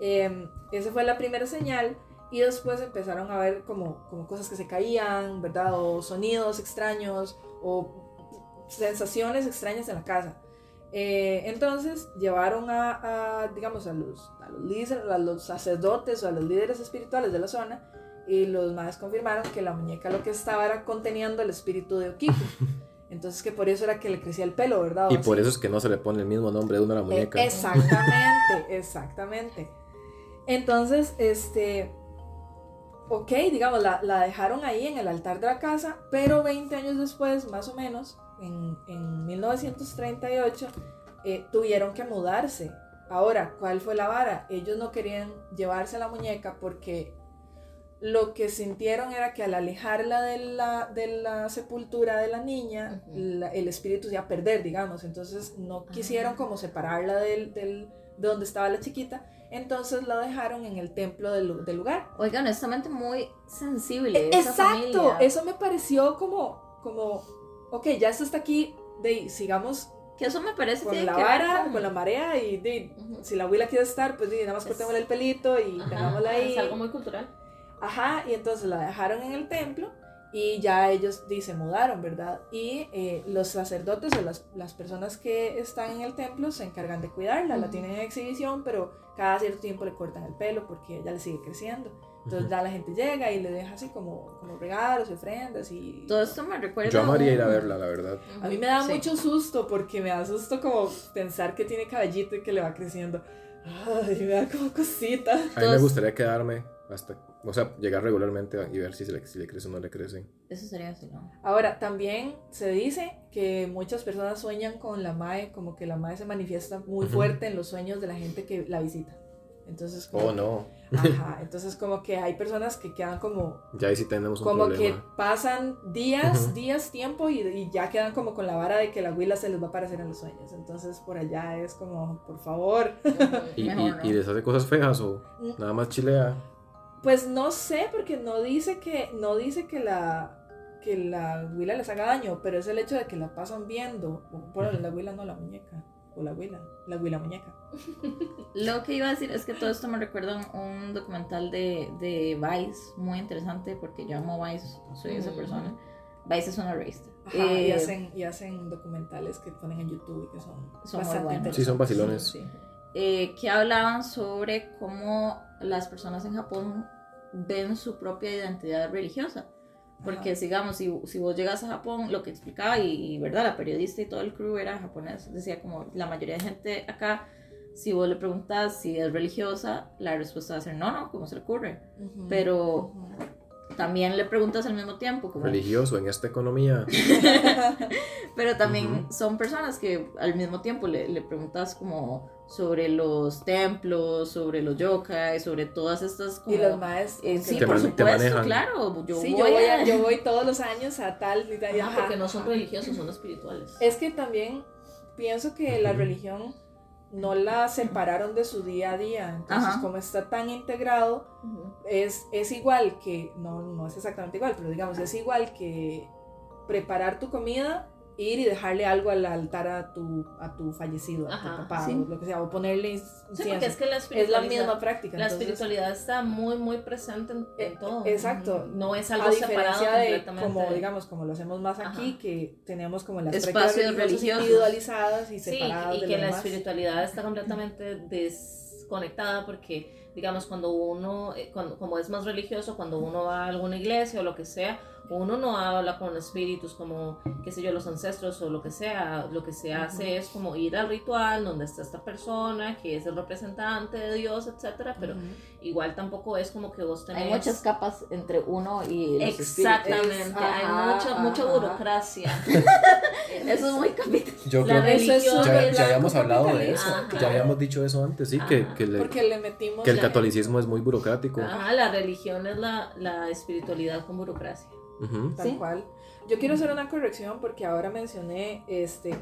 eh, esa fue la primera señal. Y después empezaron a ver como, como cosas que se caían, ¿verdad? O sonidos extraños, o sensaciones extrañas en la casa. Eh, entonces llevaron a, a, digamos, a los, a, los líderes, a los sacerdotes o a los líderes espirituales de la zona y los más confirmaron que la muñeca lo que estaba era conteniendo el espíritu de [laughs] Okiku. Entonces que por eso era que le crecía el pelo, ¿verdad? Y O por sea, eso es que no se le pone el mismo nombre de uno a la Oh, eh, muñeca. Exactamente, exactamente. Entonces, este, ok, digamos, la, la dejaron ahí en el altar de la casa, pero 20 años después, más o menos, en, en 1938, eh, tuvieron que mudarse. Ahora, ¿cuál fue la vara? Ellos no querían llevarse la muñeca porque lo que sintieron era que al alejarla de la, de la sepultura de la niña, Ujú. Ah. la- el espíritu se iba a perder, digamos. Entonces no quisieron como separarla del, del- de donde estaba la chiquita. Entonces la dejaron en el templo del, lu- del lugar. Oiga, honestamente, muy sensible. E- esa Exacto, familia. eso me pareció como, como, ok, ya esto está aquí, de, ahí, sigamos Que eso me parece con tiene la que ver vara, con- con la marea y de, Ujú. si la abuela quiere estar, pues de, nada más Es- cortémosle el pelito y Ajá, pegámosla ahí. Es algo muy cultural. Ajá, y entonces la dejaron en el templo y ya ellos di, se mudaron, ¿verdad? Y eh, los sacerdotes o las, las personas que están en el templo se encargan de cuidarla, la Ujú. tienen en exhibición, pero cada cierto tiempo le cortan el pelo porque ella le sigue creciendo. Entonces Ujú. ya la gente llega y le deja así como, como regalos y ofrendas y... Todo esto me recuerda. Yo amaría ir a un- verla, la verdad. A mí me da Sí. mucho susto porque me da susto como pensar que tiene cabellito y que le va creciendo. Ay, me da como cosita. A mí me Entonces- gustaría quedarme hasta, o sea, llegar regularmente y ver si, se le, si le crece o no le crece. Eso sería así, ¿no? Ahora, también se dice que muchas personas sueñan con la MAE, como que la MAE se manifiesta muy Ujú. fuerte en los sueños de la gente que la visita. Entonces, como, Oh, no. [laughs] ajá, entonces como que hay personas que quedan como, Ya ahí sí tenemos un como que problema. pasan días, Ujú. días, tiempo y, y ya quedan como con la vara de que la huila se les va a aparecer en los sueños. Entonces, por allá es como, por favor. Y, y- Mejor no. y les hace cosas feas o Mm. nada más chilea. Pues no sé, porque no dice que, no dice que la que la huila les haga daño, pero es el hecho de que la pasan viendo. o- Bueno, la huila no, la muñeca. O la huila, la huila muñeca. Lo que iba a decir es que todo esto me recuerda a un, un documental de, de Vice, muy interesante, porque yo amo Vice, soy esa Mm. persona. Vice es una revista. Ajá, Eh, y, hacen, y hacen documentales que ponen en YouTube y que son, Son muy bastante buenos. Sí, son interesantes. vacilones. Sí. eh, que hablaban sobre cómo las personas en Japón ven su propia identidad religiosa. Porque, Ajá. digamos, si, si vos llegas a Japón, lo que explicaba, y, y, verdad, la periodista y todo el crew era japonés, decía como la mayoría de gente acá, si vos le preguntas si es religiosa, la respuesta va a ser no, no, como se le ocurre. Ujú, Pero ujú. también le preguntas al mismo tiempo, como, Religioso en esta economía. pero también Ujú. son personas que al mismo tiempo le, le preguntas como sobre los templos, sobre los yokai, sobre todas estas como... Y los maes. Eh, sí, Te por man- te supuesto, manejan. claro. Yo Yo sí, voy yo, [laughs] voy a... a- yo voy todos los años a tal y tal. y Ah, ajá, porque no son ajá. religiosos, son espirituales. Es que también pienso que la Ujú. religión no la separaron de su día a día. Entonces, Ajá. como está tan integrado, Ujú. es, es igual que, no, no es exactamente igual, pero digamos, es igual que preparar tu comida, ir y dejarle algo al altar a tu, a tu fallecido, a Ajá, tu papá, sí. o lo que sea, o ponerle Sí, incienso. porque es es, que la la espiritualidad, misma práctica. la entonces, espiritualidad está muy, muy presente en, en Eh, todo. exacto. No es a algo separado diferencia de completamente. como digamos como lo hacemos más aquí Ajá. que tenemos como las Espacios prácticas religiosos. individualizadas y Sí, separadas y de que lo la demás. espiritualidad está completamente desconectada porque, digamos, cuando uno, eh, cuando, como es más religioso, cuando uno va a alguna iglesia o lo que sea, uno no habla con espíritus como, qué sé yo, los ancestros o lo que sea. Lo que se hace es como ir al ritual donde está esta persona que es el representante de Dios, etcétera, pero Ujú. igual tampoco es como que vos tenés... Hay muchas capas entre uno y los espíritus. Exactamente, hay Ajá, mucha, mucha ajá. burocracia. Eso es muy capital. Yo La creo que Eso es religión. ya, súper ya habíamos blanco hablado de eso. capitalista. Ajá. Ya habíamos dicho eso antes, sí, que, Ajá. que, le- ah, porque le metimos que el la- catolicismo es muy burocrático. Ajá, la religión es la, la espiritualidad con burocracia. Ujú. tal Sí. cual yo quiero hacer una corrección porque ahora mencioné este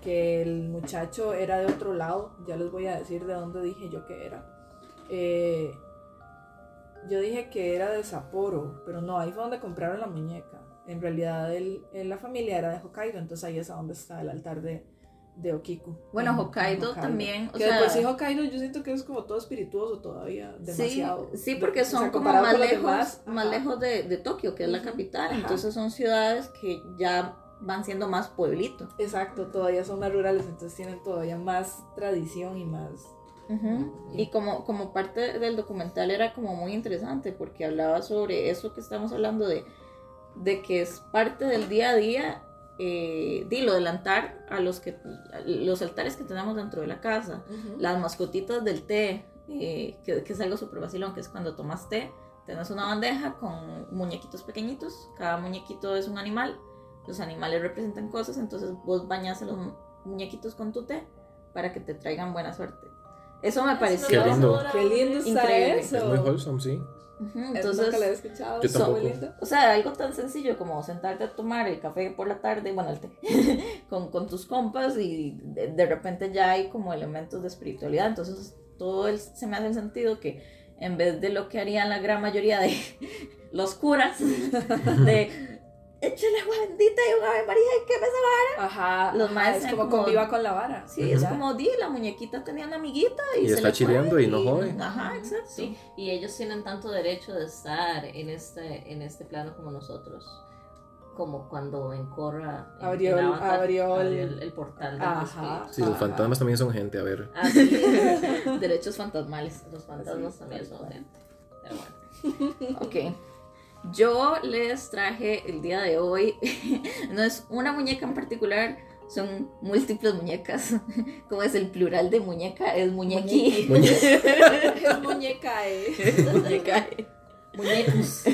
que el muchacho era de otro lado ya les voy a decir de dónde dije yo que era Eh, yo dije que era de Sapporo pero no ahí fue donde compraron la muñeca en realidad él- él- la familia era de Hokkaido entonces ahí es a donde está el altar de de Okiku Bueno, En- en Hokkaido también, o que sea- después sí Hokkaido yo siento que es como todo espirituoso todavía demasiado Sí, sí, O porque sea, son como comparado más con los lejos, demás, más ajá. lejos de, de Tokio, que es la Ujú. capital. Ajá. Entonces son ciudades que ya van siendo más pueblito. Exacto, todavía son más rurales, entonces tienen todavía más tradición y más... Y como, como parte del documental era como muy interesante porque hablaba sobre eso que estamos hablando de, de que es parte del día a día, eh, di, lo del altar a los, que, a los altares que tenemos dentro de la casa, las mascotitas del té, eh, que, que es algo súper vacilón, que es cuando tomas té, tenés una bandeja con muñequitos pequeñitos, cada muñequito es un animal, los animales representan cosas, entonces vos bañas a los mu- muñequitos con tu té para que te traigan buena suerte. Eso me pareció... Qué lindo. Ah, Qué lindo está Increíble. eso. Es muy wholesome, sí. Ujú, Entonces, nunca lo había Entonces, escuchado. Yo está muy tampoco. lindo. o sea, algo tan sencillo como sentarte a tomar el café por la tarde, bueno, el té, [laughs] con, con tus compas y de, de repente ya hay como elementos de espiritualidad. Entonces, todo el- se me hace el sentido que en vez de lo que harían la gran mayoría de [laughs] los curas, [laughs] de échale agua bendita y un ave María y que me salva. Ajá, Los ajá, maes es eran como, como- conviva con la vara. Sí, es Ujú. como di, la muñequita tenía una amiguita y, Y se está le fue, chileando y no jode. Ajá, exacto. Sí, y ellos tienen tanto derecho de estar en este, en este plano como nosotros. Como cuando en Korra en- Abrió en el- Avatar, abrió el- el, el portal Ah, de los Ajá. espíritus. Sí, los ajá. fantasmas también son gente, a ver. Así [laughs] es, Derechos fantasmales. los fantasmas Así, también tal son cual. gente. Pero bueno. Ok. Yo les traje el día de hoy, [laughs] no es una muñeca en particular, son múltiples muñecas. [laughs] Como es el plural de muñeca? Es muñequi. Muñe- Es muñeca, [laughs] eh. [laughs] Muñeca. [laughs] Muñecos.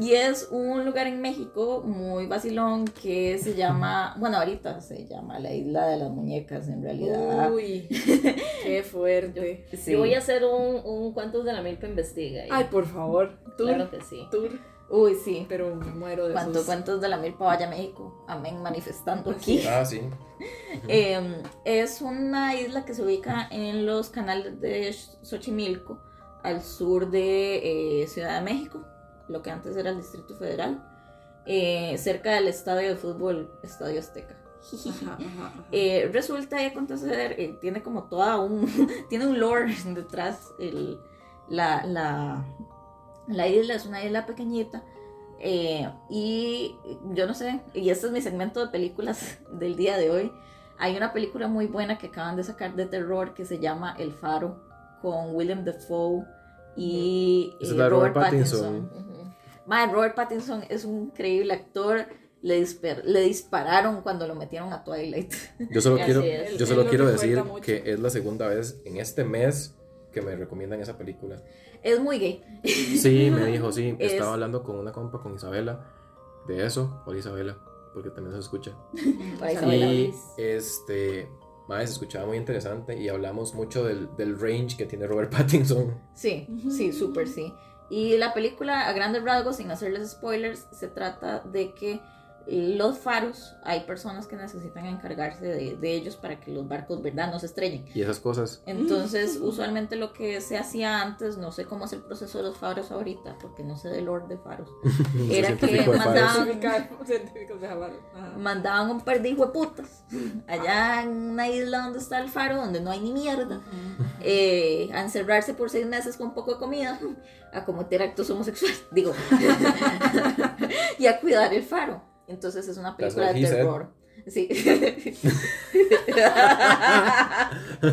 Y es un lugar en México muy vacilón que se llama, bueno, ahorita se llama la Isla de las Muñecas en realidad. Uy, qué fuerte. Sí. Yo voy a hacer un, un Cuentos de la Milpa Investiga. y- Ay, por favor, tour, claro que sí. tour, Uy, sí. pero me muero de ¿Cuánto sus- cuentos de la milpa vaya a México? Amén, manifestando aquí. [laughs] Ah, sí. [laughs] Eh, es una isla que se ubica en los canales de Xochimilco, al sur de eh, Ciudad de México. lo que antes era el Distrito Federal, eh, cerca del estadio de fútbol Estadio Azteca. [laughs] Ajá, ajá, ajá. Eh, resulta y acontecer, eh, tiene como toda un, [laughs] tiene un lore detrás, el- la, la, la isla es una isla pequeñita, eh, y yo no sé, y este es mi segmento de películas [laughs] del día de hoy, hay una película muy buena que acaban de sacar de terror que se llama El Faro, con William Dafoe y Esa es eh, la de Robert Robert Pattinson. Pattinson. Ujú. Mae, Robert Pattinson es un increíble actor. Le, disper- le dispararon cuando lo metieron a Twilight. Yo solo Así quiero, es. yo Es solo lo quiero que decir cuenta mucho. que es la segunda vez en este mes que me recomiendan esa película. Es muy gay. Sí, me dijo, sí. Es- Estaba hablando con una compa, con Isabela, de eso. Hola Isabela, porque también se escucha. Para Isabela Y Ortiz. este, madre, se escuchaba muy interesante y hablamos mucho del, del range que tiene Robert [laughs] Pattinson. Sí, sí, súper sí. Y la película, a grandes rasgos, sin hacerles spoilers, se trata de que los faros, hay personas que necesitan encargarse de, de ellos para que los barcos, ¿verdad?, no se estrellen. Y esas cosas. Entonces, usualmente lo que se hacía antes, no sé cómo es el proceso de los faros ahorita, porque no sé del orden de faros, [laughs] No sé, Era científico que de mandaba- faros. Científica- científica de Harvard. Ajá. mandaban un par de hijueputas allá en una isla donde está el faro, donde no hay ni mierda, eh, a encerrarse por seis meses con poco de comida, a cometer actos homosexuales, [laughs] digo, y a cuidar el faro. Entonces es una That's película what de he said. terror. Sí. [laughs] Muy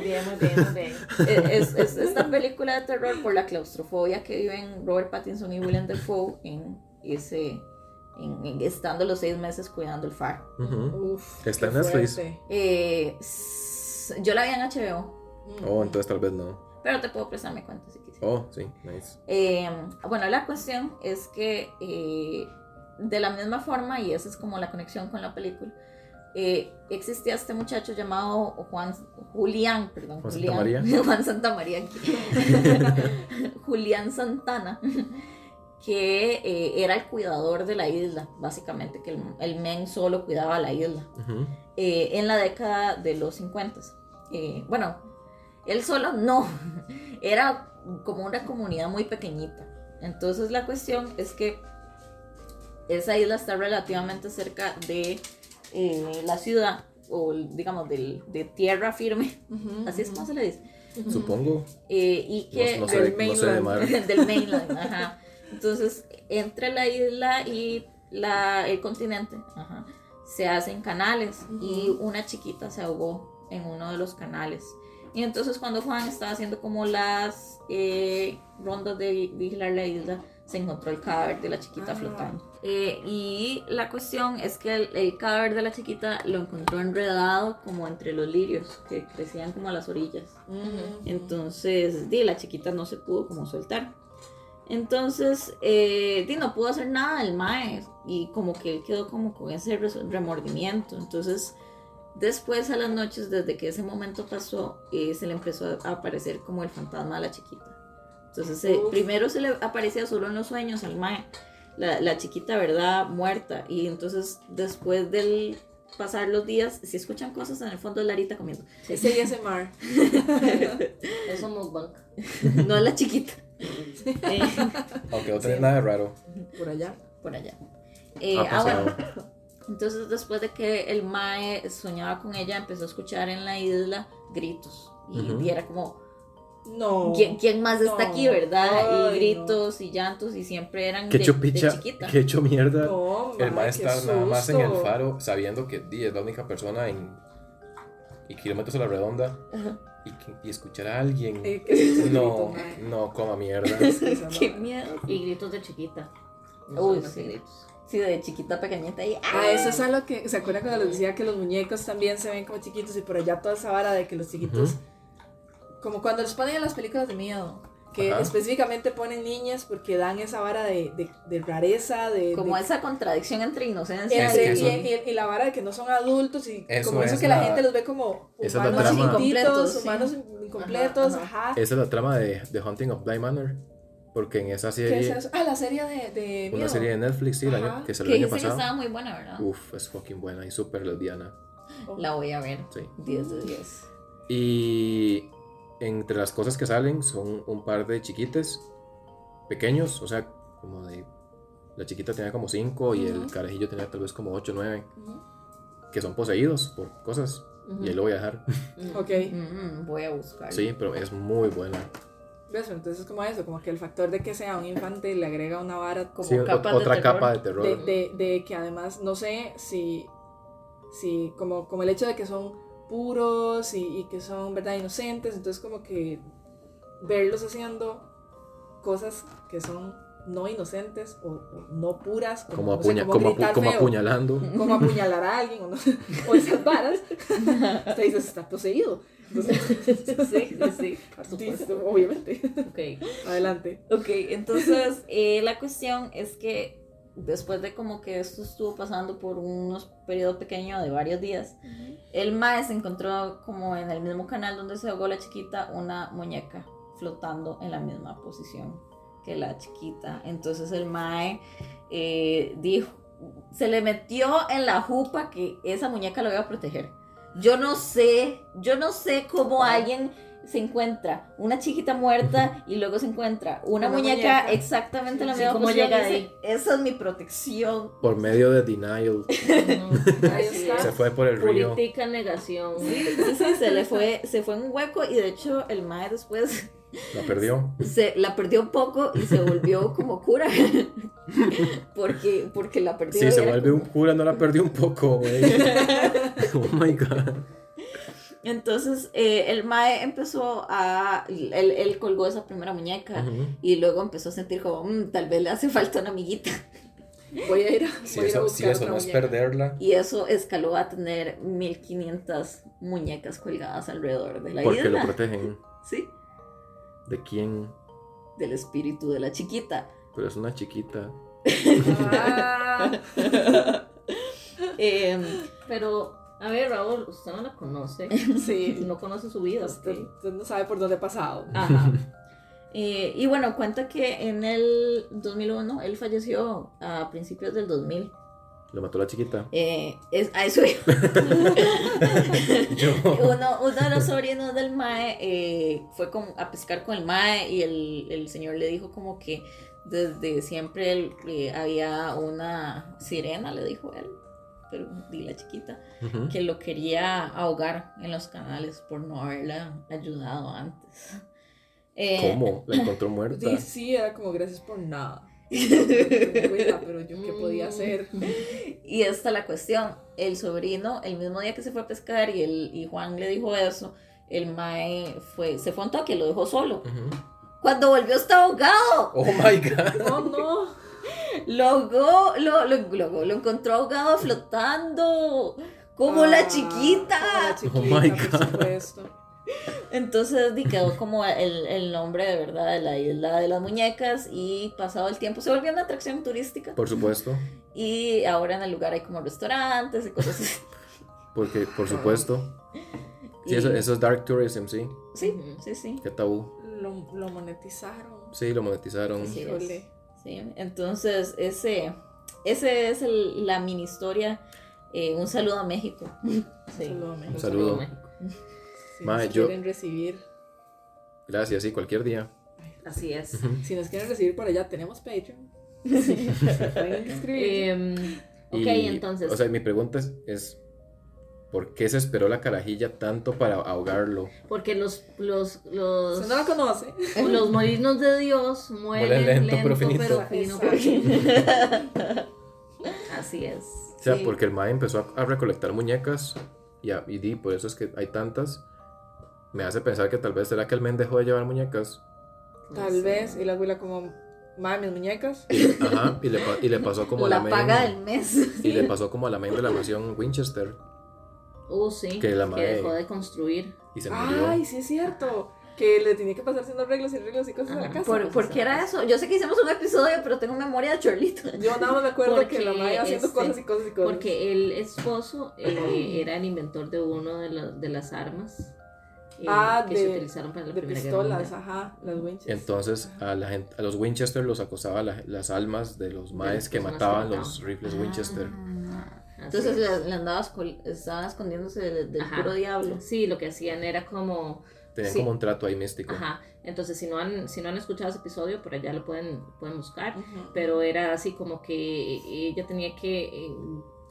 bien, muy bien, muy bien. es, es esta película de terror por la claustrofobia que viven Robert Pattinson y Willem Dafoe en ese, en- en- estando los seis meses cuidando el faro. Ujú. Uf, Está qué en Netflix. fuerte. Eh, s- yo la vi en HBO, Oh, entonces tal vez no. pero te puedo prestar mi cuenta si quieres. Oh, sí, nice. Eh, bueno, la cuestión es que eh, de la misma forma, y esa es como la conexión con la película, eh, existía este muchacho llamado Juan Julián, perdón, Juan Julián, Santamaría. [laughs] Juan Santamaría, [laughs] Julián Santana, que eh, era el cuidador de la isla, básicamente, que el, el men solo cuidaba la isla. Ujú. eh, en la década de los 50. Eh, bueno, él solo no, [laughs] era como una comunidad muy pequeñita. Entonces la cuestión es que esa isla está relativamente cerca de eh, la ciudad, o digamos, del- de tierra firme, [laughs] Ujú, así es como se le dice. ujú. Supongo. Eh, y que No, no sé, de- no sé de Mainland. [laughs] mar. del mainland, ajá. Entonces, entre la isla y la, el continente, ajá, se hacen canales y una chiquita se ahogó en uno de los canales. Y entonces cuando Juan estaba haciendo como las eh, rondas de vigilar la isla, se encontró el cadáver de la chiquita Ah. flotando. Eh, y la cuestión es que el, el cadáver de la chiquita lo encontró enredado como entre los lirios que crecían como a las orillas. Ujú. Entonces, di, la chiquita no se pudo como soltar. Entonces, eh, di, no pudo hacer nada el mae y como que él quedó como con ese res- remordimiento. Entonces, después a las noches, desde que ese momento pasó, eh, se le empezó a aparecer como el fantasma a la chiquita. Entonces, eh, Uf. primero se le aparecía solo en los sueños al mae, la, la chiquita, ¿verdad? Muerta. Y entonces, después del pasar los días, si escuchan cosas en el fondo de Larita comiendo. Ese ASMR. Eso mukbang. No es la chiquita. Eh, Aunque no tenés nada de raro. Por allá. por allá. Eh, ha ah, bueno, pasado. entonces después de que el Mae soñaba con ella, empezó a escuchar en la isla gritos. Y, Ujú. y era como, No. ¿quién, quién más está Oh. No. aquí, verdad? Ay, y gritos y llantos, y siempre eran Que de, hecho de picha, chiquita. que hecho mierda. No, El ma, mae qué está nada más en el susto. faro sabiendo que di, es la única persona en y kilómetros a la redonda y, que- y escuchar a alguien. Eh, qué susto, [laughs] no, mae. no, [laughs] coma mierda. Qué Ah, miedo. Y gritos de chiquita. Uy, sé, sí. gritos. Sí, de chiquita pequeñita y Ah, eso es algo que. ¿Se acuerdan cuando les decía que los muñecos también se ven como chiquitos y por allá toda esa vara de que los chiquitos. Como cuando los ponen en las películas de miedo. Que Ajá. específicamente ponen niñas porque dan esa vara de, de- de rareza, de. como de- esa contradicción entre inocencia Es que entre- y- y, eso- y- y la vara de que no son adultos y Eso como eso es que la- la gente los ve como esa es la humanos trama. Incompletos, chiquititos, sí. humanos incompletos, Ajá, ajá. Esa es la trama de, de Hunting of Bly Manor. Porque en esa ¿Qué es serie, eso? Ah, la serie de, de una miedo. serie de Netflix, sí, el año- Ajá. que salió que el año dice que pasado. estaba muy buena, ¿verdad? Uf, es fucking buena y súper lesbiana. La voy a ver. Sí. 10 de 10. Y entre las cosas que salen son un par de chiquites pequeños, o sea, Como de. La chiquita tenía como 5 y el Ujú. carajillo tenía tal vez como 8 o 9, Ujú. que son poseídos por cosas. Y ahí lo voy a dejar. Ok. Mm, voy a buscar. Sí, pero es muy buena. ¿Ves? Entonces es como eso, como que el factor de que sea un infante le agrega una vara como Sí, o- capas de otra terror. capa de terror. de, de- de que además, no sé si, si como, como el hecho de que son puros y, y que son, ¿verdad?, inocentes, entonces como que verlos haciendo cosas que son no inocentes o, o no puras, o como, no sé, apuña- como, apu- gritar como feo, apuñalando. como apuñalar a alguien o, no [laughs] sé, o esas [laughs] varas, usted dice, está poseído. Entonces, [laughs] Sí, sí, sí, por dice, supuesto. obviamente, [laughs] Ok. adelante. Ok, entonces [laughs] eh, la cuestión es que después de como que esto estuvo pasando por unos periodos pequeños de varios días, el mae se encontró como en el mismo canal donde se ahogó la chiquita una muñeca flotando en la misma posición que la chiquita. Entonces el mae eh, dijo, se le metió en la jupa que esa muñeca lo iba a proteger. Yo no sé, yo no sé cómo alguien se encuentra una chiquita muerta y luego se encuentra una, Una muñeca, muñeca. exactamente en la Sí, misma ¿cómo posición y llega dice, ahí? Esa es mi protección. Por medio de denial. Ahí Así está. es. Se fue por el río. Puritica negación. Sí, sí, se le fue, se fue en un hueco y de hecho el mae después [laughs] La perdió. se la perdió un poco y se volvió como cura. [laughs] Porque, porque la perdió. Sí, y se era vuelve un como- cura, no la perdió un poco, [laughs] güey. [laughs] Oh my god. Entonces eh, el mae empezó a, él, él colgó esa primera muñeca Ujú. y luego empezó a sentir como, "Mm, tal vez le hace falta una amiguita. Voy a ir a, Si voy a, ir a eso, buscar si eso otra no es muñeca. perderla. Y eso escaló a tener 1500 muñecas colgadas alrededor de la Porque lo isla. protegen. Sí, ¿De quién? del espíritu de la chiquita. Pero es una chiquita. [laughs] Ah, [laughs] Em, Pero, a ver, Raúl, usted no la [laughs] conoce. sí. No conoce su vida. Usted, ok. usted no sabe por dónde he pasado. Ah, Ajá. Eh, y bueno, cuenta que en el 2001 él falleció a principios del 2000. Lo mató la chiquita. Eh, es, a eso iba. [laughs] [laughs] Yo. uno, uno de los sobrinos del Mae eh, fue con- a pescar con el Mae y el, el señor le dijo como que desde siempre él, eh, había una sirena, le dijo él, pero di la chiquita, Ujú. que lo quería ahogar en los canales por no haberla ayudado antes. Eh, ¿Cómo? La encontró muerta. Sí, sí, era como gracias por nada. Güey, pero yo qué podía hacer. [laughs] Mm. Y esta es la cuestión. El sobrino, el mismo día que se fue a pescar y, el, y Juan le dijo eso, el mae fue, se fue a un toque, lo dejó solo. Ujú. Cuando volvió estaba ahogado. Oh my god. No, no. Lo ahogó, lo, lo, lo- lo encontró ahogado flotando. Como Ah, la chiquita. Como la Oh my chiquita, God. por supuesto. Entonces di, quedó como el, el nombre de verdad de la isla de las muñecas y pasado el tiempo se volvió una atracción turística. Por supuesto. Y ahora en el lugar hay como restaurantes y cosas así. [laughs] Porque, por supuesto. Y- Sí, eso, eso es Dark Tourism, sí. Sí, sí, sí. Qué tabú. Lo, lo monetizaron. Sí, lo monetizaron. Sí, Híjole. es. Sí, entonces ese, ese es el- la mini historia. Eh, un saludo a México. Sí. Solo me- Un saludo. México. Si Ma, nos yo- quieren recibir. Gracias, sí, cualquier día. Así es. [laughs] Ujú. Si nos quieren recibir por allá, tenemos Patreon. Eh, Pueden inscribir. Em, ok, Y, entonces. O sea, mi pregunta es, es, ¿por qué se esperó la carajilla tanto para ahogarlo? porque los, los, los, Si no la conoce. los morirnos de Dios mueren Mueren lento, lento, pero finito. pero [laughs] fino, Exacto. Así es. O sea, Sí. porque el mae empezó a, a recolectar muñecas y, a- y di, por eso es que hay tantas. Me hace pensar que tal vez será que el men dejó de llevar muñecas. [laughs] Tal vez. Y la abuela como, ma, mis muñecas. Y [laughs] le, ajá, y le, pa- y le pasó como a la men- paga del mes. Y le pasó como a la men de la mansión Winchester Oh, sí. Que Que, la madre- dejó de construir. y se murió. Ay, sí es cierto. Que le tenía que pasar haciendo arreglos y arreglos y cosas a la Ajá. casa. [laughs] Por, ¿por qué era eso? Yo sé que hicimos un episodio, pero tengo memoria de Chorlito. Yo nada más me acuerdo Porque, que la madre haciendo este, cosas y cosas y cosas. Porque el esposo eh, era el inventor de uno de, la- de las armas eh, Ah, que de- se utilizaron para de la primera guerra pistolas, mundial. ajá, las Winchester. Entonces a, la gente, a los Winchester los acosaba la- las almas de los maes las que personas que mataban mataban. Ah, los Ah. rifles Winchester. ah. Así Entonces es. le, le andaba escol- estaba escondiéndose de- del Ajá. puro diablo. Sí, lo que hacían era como Tenían Sí. como un trato ahí místico. Ajá. Entonces, si no han, si no han escuchado ese episodio, por allá lo pueden, pueden buscar. Pero era así como que eh, ella tenía que eh,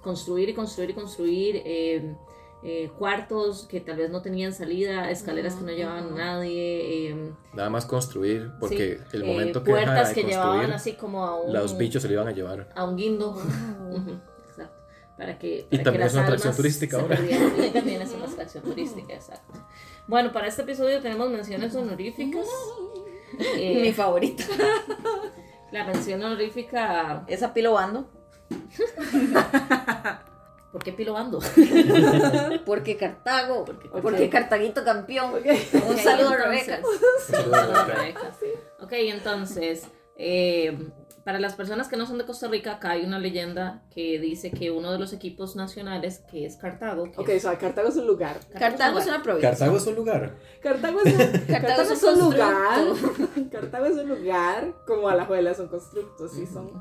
construir y construir y construir eh, eh, cuartos que tal vez no tenían salida, escaleras que no llevaban a Ujú. nadie, eh, Nada más construir, porque Sí, el eh, momento que dejara de puertas que llevaban construir, así como a un, los bichos se lo iban a [laughs] llevar. a un guindo. Ah, Wow. Ujú, Exacto. Para que, Y para también que es una atracción almas turística se ahora. perdieran. Y también es una atracción turística, exacto. Bueno, para este episodio tenemos menciones honoríficas. Eh, Mi favorita. la mención honorífica. Esa pilo bando. ¿Por qué Pilo Bando? Porque Cartago. Porque, Porque- Cartaguito campeón. Un Ok, saludo a entonces. Rebeca. Un saludo a Rebeca. Ok, entonces, eh, para las personas que no son de Costa Rica, acá hay una leyenda que dice que uno de los equipos nacionales, que es Cartago. que Ok, o es- sea, Cartago es un lugar. Cartago es una provincia. Cartago es un lugar. Cartago es un, Cartago es un lugar. constructo. [laughs] Cartago es un lugar como Alajuela, son constructos, sí son,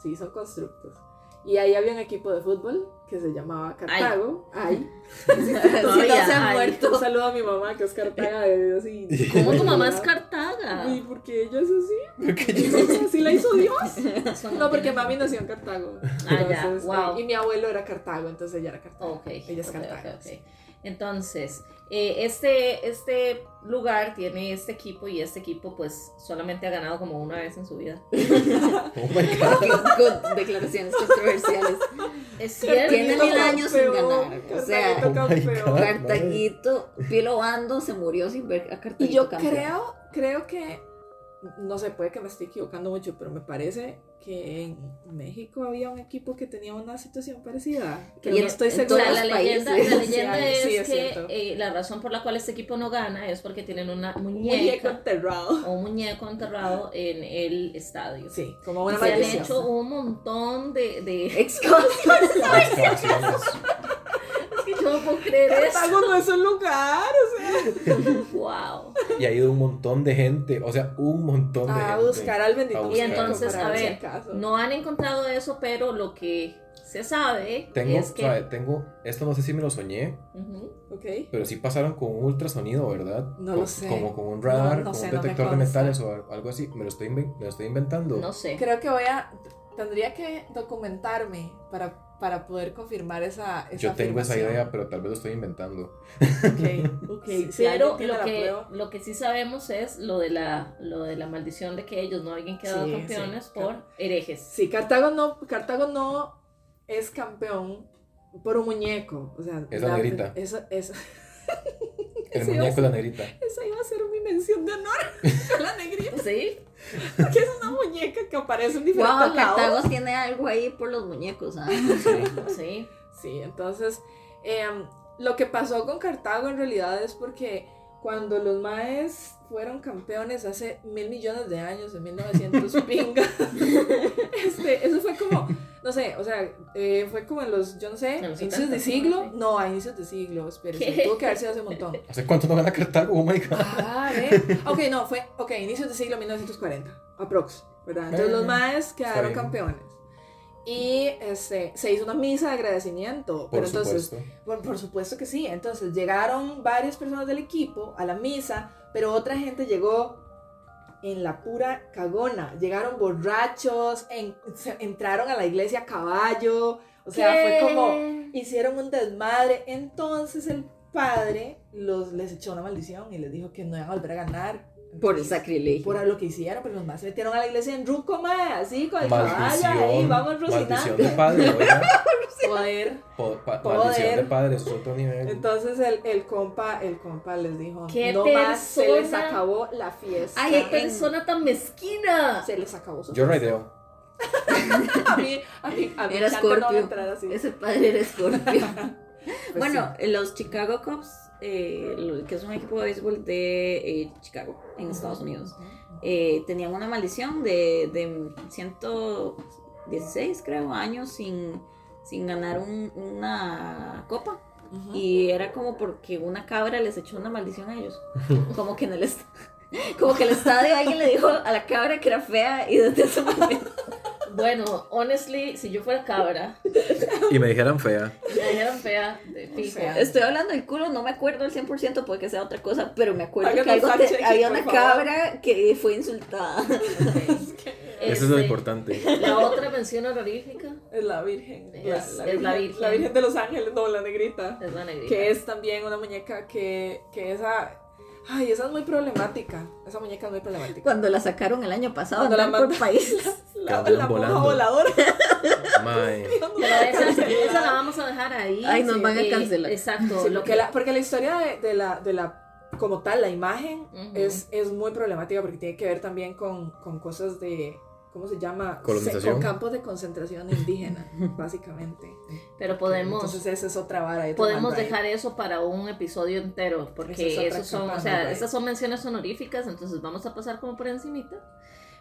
sí son constructos. Y ahí había un equipo de fútbol que se llamaba Cartago. Ay. Si no se han Ay. Un muerto. saludo a mi mamá que es Cartaga de así. ¿Cómo tu [laughs] mamá es Cartaga? Y porque ella es así. Porque yo- Ella así [laughs] la hizo Dios. Eso No, porque tiene- mami nació en Cartago. Ah, ya, wow. Y mi abuelo era Cartago, entonces ella era Cartago. Ok, Ella es ok, Cartago. ok, ok. Entonces, eh, este, este lugar tiene este equipo y este equipo pues solamente ha ganado como una vez en su vida. Oh my God. Con declaraciones controversiales. Es Tiene cierto. mil años sin ganar, o sea, Cartaguito Oh my campeón. [laughs] God. Cartaguito, pilo bando, se murió sin ver a Y Cartaguito yo campeón. creo, creo que, no sé, puede que me esté equivocando mucho, pero me parece que en México había un equipo que tenía una situación parecida. Que Y no en- estoy en segura. todos La, la los leyenda, países. la leyenda Sí, es, sí, es que cierto. eh, la razón por la cual este equipo no gana es porque tienen una Muñeco muñeca enterrado. o un muñeco enterrado en el estadio. Sí, como Y una se han maldición. hecho un montón de... [laughs] de- [laughs] Es Excalibur. Excavaciones. que yo no puedo creer eso. Cartago no es un lugar, o sea. Wow. Y ha ido un montón de gente, o sea, un montón de A gente. Ah, buscar al bendito. A muñeco buscar. Y entonces, para a ver si ver, acaso. No han encontrado eso, pero lo que se sabe Tengo, es que... sabe, tengo, esto no sé si me lo soñé, Ujú. Ok. pero sí pasaron con un ultrasonido, ¿verdad? No Con- lo sé. Como con un radar, No, no con sé, un no me detector de consta. metales o al- algo así. Me lo estoy, inven- me lo estoy inventando. No sé. Creo que voy a. Tendría que documentarme para, para poder confirmar esa. esa Yo tengo esa afirmación. idea, pero tal vez lo estoy inventando. Ok, ok. si Pero alguien tiene lo la que, prueba. lo que sí sabemos es lo de la, lo de la maldición de que ellos no habían quedado Sí, campeones sí. por herejes. Sí, Cartago no, Cartago no es campeón por un muñeco. O sea, Es la negrita. Esa, esa- [laughs] El Sí, muñeco sí. de la negrita. esa iba a ser mi mención de honor. [laughs] la negrita, ¿Sí? que es una muñeca que aparece en [laughs] diferentes Wow, lados. Cartago tiene algo ahí por los muñecos. ¿ah? Sí. Sí, entonces em, lo que pasó con Cartago en realidad es porque cuando los maes fueron campeones hace mil millones de años, en [laughs] 1900 pinga, [laughs] este, eso fue como, no sé, o sea, eh, fue como en los, yo no sé, En los inicios 70, de siglo, sí. no, a inicios de siglo, espera, ¿Qué? tuvo que haber sido hace un montón. ¿Hace cuánto no gana Cartago? Oh my god. Ah, ¿eh? Ok, no, fue, ok, inicios del siglo 1940, aprox, ¿verdad? Entonces Eh, los maes quedaron bien. campeones. Y este, se hizo una misa de agradecimiento, Por pero entonces supuesto. por, por supuesto que sí. Entonces llegaron varias personas del equipo a la misa, pero otra gente llegó en la pura cagona. Llegaron borrachos, en- se- entraron a la iglesia a caballo. [laughs] O sea, fue como hicieron un desmadre. Entonces el padre los, les echó una maldición y les dijo que no iban a volver a ganar. Por el Entonces, sacrilegio. Por lo que hicieron, pero los más se metieron a la iglesia en Ruco, mae, así con el caballo pues, ahí, Maldición. vamos maldición de Rocinante. padre, ¿verdad? Poder. Po- pa- Poder. Maldición de padre, eso es otro nivel. Entonces el, el compa, el compa les dijo, ¿Qué no más se les persona? acabó la fiesta. Ay, ¡Qué en- persona tan mezquina! se les acabó su Yo fiesta. raideo. [laughs] A mí, a mí, a mí Era me encanta no Scorpio. entrar así. Ese padre era [laughs] escorpión. Pues Bueno, los Chicago Cubs, eh, lo- que es un equipo de béisbol de eh, Chicago, en Estados Unidos, eh, tenían una maldición de, de 116, creo, años sin, sin ganar un- una copa. Ujú. Y era como porque una cabra les echó una maldición a [laughs] ellos. Como que en el, [laughs] est- como que en el estadio alguien le dijo a la cabra que era fea y desde ese momento Bueno, honestly, si yo fuera cabra, Y me dijeran fea. me dijeron fea de fijo. sea, Estoy hablando del culo, no me acuerdo al 100% porque sea otra cosa, pero me acuerdo Háganos que algo fact te- checking, había por una favor. cabra que fue insultada. [laughs] [laughs] Eso es lo Este, importante. La otra mención honorífica Es la Virgen. Es- es la Virgen. La Virgen de los Ángeles, no, la negrita. es la negrita. Que es también una muñeca que, que esa... Ay, esa es muy problemática. Esa muñeca es muy problemática. Cuando la sacaron el año pasado Cuando la andaban por país. [laughs] La, andan la monja volando. voladora. [laughs] Mae. Pero esa, esa la vamos a dejar ahí. Ay, nos sí, van a eh, cancelar. Exacto. Sí, lo porque, que la, porque la historia de, de la, de la, como tal, la imagen Ujú. es, es muy problemática porque tiene que ver también con, con cosas de, ¿cómo se llama? Se- Colonización. Con campos de concentración indígena, básicamente. Pero podemos Entonces esa es otra vara. hay otro Podemos mal ride. dejar eso para un episodio entero, Esa es porque otra esos son, o campana, sea, right. esas son menciones honoríficas, entonces vamos a pasar como por encimita.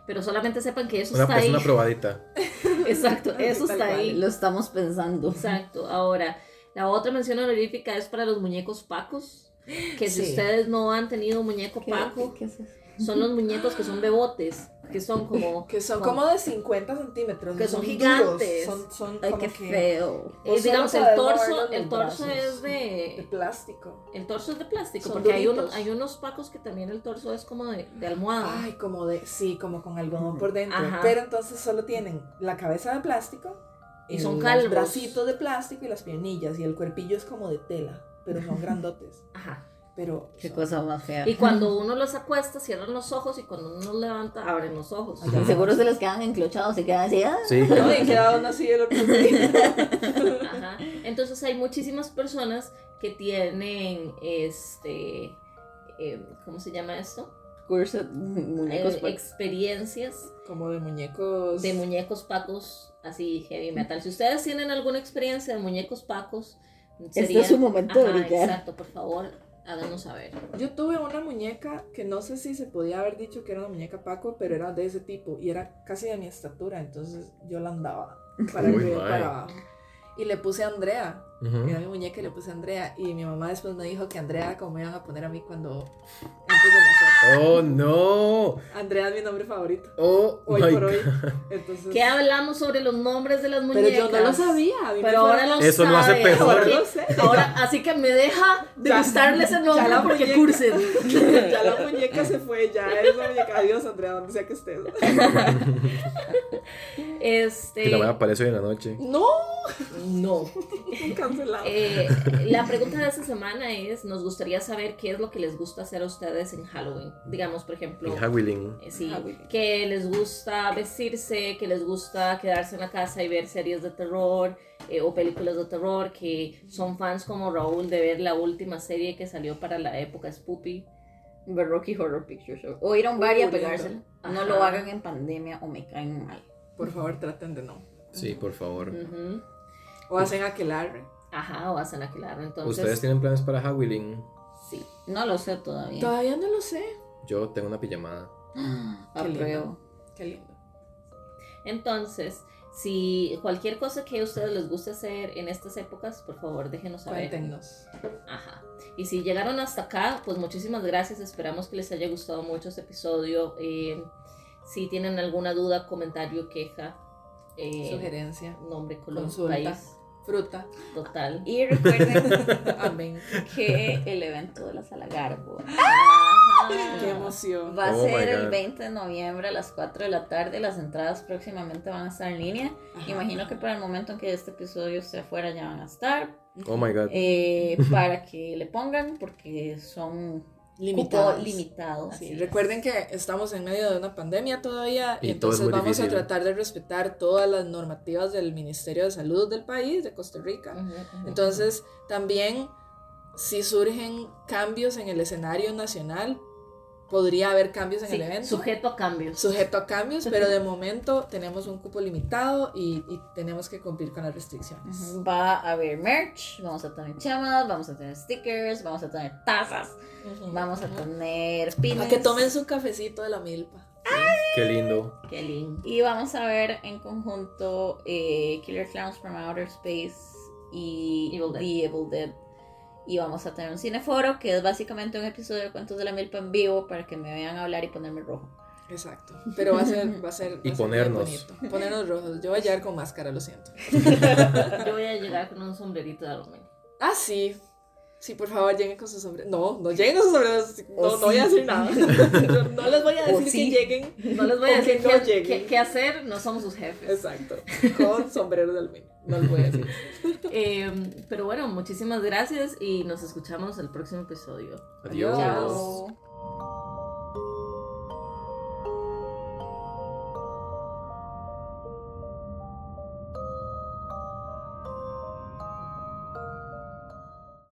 Pero solamente sepan que eso Una, está es ahí. una probadita. [laughs] Exacto, eso Ah, Tal está ahí. Lo estamos pensando. Exacto. Ahora, la otra mención honorífica es para los muñecos pacos. Que si Sí. ustedes no han tenido muñeco ¿Qué- paco, qué es eso? son los muñecos que son bebotes, que son como. Que son con- como de 50 centímetros. Que son duros, gigantes. Son, son Ay, como qué que feo. eh, vos digamos, solo el podés torso, moverlo en el los torso brazos. es de de. plástico. El torso es de plástico, Son porque hay duritos. unos, hay unos pacos que también el torso es como de, de almohada. Ay, como de, sí, como con algodón por dentro. Ah. Ajá. Pero entonces solo tienen la cabeza de plástico Y son los calvos. bracitos de plástico y las piernillas y el cuerpillo es como de tela, pero [laughs] son grandotes. Ajá. Pero Qué son- cosa más fea. [laughs] Y cuando uno los acuesta, cierran los ojos y cuando uno los levanta, abren los ojos. Ajá. Y seguro se les quedan enclochados y quedan así. ah. Sí, No, claro. y queda uno así el otro así. Ajá. Entonces hay muchísimas personas que tienen este. eh, ¿Cómo se llama esto? Curso muñecos Eh, pues. por- experiencias Como de muñecos. de muñecos pacos así heavy metal. Si ustedes tienen alguna experiencia de muñecos pacos, Este es su momento de Ajá, brillar. Exacto, por favor, háganos saber. Yo tuve una muñeca que no sé si se podía haber dicho que era una muñeca Paco, pero era de ese tipo y era casi de mi estatura, entonces yo la andaba para Uy, arriba y mae. para abajo. Y le puse a Andrea, Ujú. era mi muñeca y le puse a Andrea. Y mi mamá después me dijo que Andrea, como me iban a poner a mí cuando. Antes de nacer. Oh, no. Andrea es mi nombre favorito, Oh, hoy my por hoy. God. Entonces. ¿Qué hablamos sobre los nombres de las pero muñecas? yo no lo sabía. a mí me Pero fue- ahora lo Eso lo hace sabe, peor. ahora Ahora que- lo sé. Ahora, así que me deja de Ya. gustarle ese Ya nombre la porque muñeca. cursen. ya la muñeca se fue, ya eres una muñeca. Adiós, Andrea, donde sea que estés. Este. Que la me aparece hoy en la noche. no, No. cancelado. Eh, la pregunta de esta semana es: nos gustaría saber qué es lo que les gusta hacer a ustedes en Halloween. Digamos, por ejemplo. En Hawilin. eh, Sí, Halloween. que les gusta vestirse, que les gusta quedarse en la casa y ver series de terror eh, o películas de terror, que son fans como Raúl de ver la última serie que salió para la época Spoopy. Ver Rocky Horror Picture Show. O ir a un bar y Uy, a pegársela. No lo Ajá. hagan en pandemia o me caen mal. Por favor, traten de no. Sí, por favor. Mm. Ujú. O hacen aquelarre. Ajá, o hacen aquelarre. Entonces, ¿Ustedes tienen planes para Hawilin? Sí. No lo sé todavía. [gasps] Todavía no lo sé. Yo tengo una pijamada. Qué lindo. Apruebo. Qué lindo. Entonces, si cualquier cosa que a ustedes les guste hacer en estas épocas, por favor déjenos saber. Cuéntenos. Ajá. Y si llegaron hasta acá, pues muchísimas gracias. Esperamos que les haya gustado mucho este episodio. Eh, si tienen alguna duda, comentario, queja, eh, Sugerencia. nombre, color, Consulta. país, Fruta. total. Y recuerden [laughs] Amén. que el evento de la Sala [laughs] Garbo Ajá. Qué emoción. va a Oh my ser el God. 20 de noviembre a las 4 de la tarde. Las entradas próximamente van a estar en línea. Imagino que para el momento en que este episodio esté afuera ya van a estar. Oh my god. eh, para que le pongan, porque son Limitadas. cupo limitados. Sí, Así recuerden que estamos en medio de una pandemia todavía y Y todo es entonces muy vamos a difícil. tratar de respetar todas las normativas del Ministerio de Salud del país, de Costa Rica. Ujú, ujú. Entonces, también, si surgen cambios en el escenario nacional, podría haber cambios en Sí, el evento. sujeto a cambios. Sujeto a cambios, pero de momento tenemos un cupo limitado y, y tenemos que cumplir con las restricciones. Ujú, Va a haber merch, vamos a tener chamas, vamos a tener stickers, vamos a tener tazas, Ujú. vamos a tener pines. A que tomen su cafecito de la milpa. Qué lindo. Qué lindo. Y vamos a ver en conjunto eh, Killer Clowns from Outer Space y Evil Dead. The Evil Dead. Y vamos a tener un cineforo que es básicamente un episodio de Cuentos de la Milpa en vivo para que me vean hablar y ponerme rojo. Exacto. Pero va a ser, va a ser. va Y a ser muy ponernos. bonito. Ponernos rojos. Yo voy a llegar con máscara, lo siento. Yo voy a llegar con un sombrerito de Aromel. [laughs] Ah, sí. Sí, por favor, lleguen con sus sombreros. No, no lleguen con sus sombreros. No, O no voy sí. a hacer nada. [laughs] Yo no les voy a O decir sí. que lleguen. No les voy a O que decir no qué, lleguen. qué- qué hacer, no somos sus jefes. Exacto. Con sombreros del medio. No les voy a decir. Eh, pero bueno, muchísimas gracias y nos escuchamos el próximo episodio. Adiós. Chao.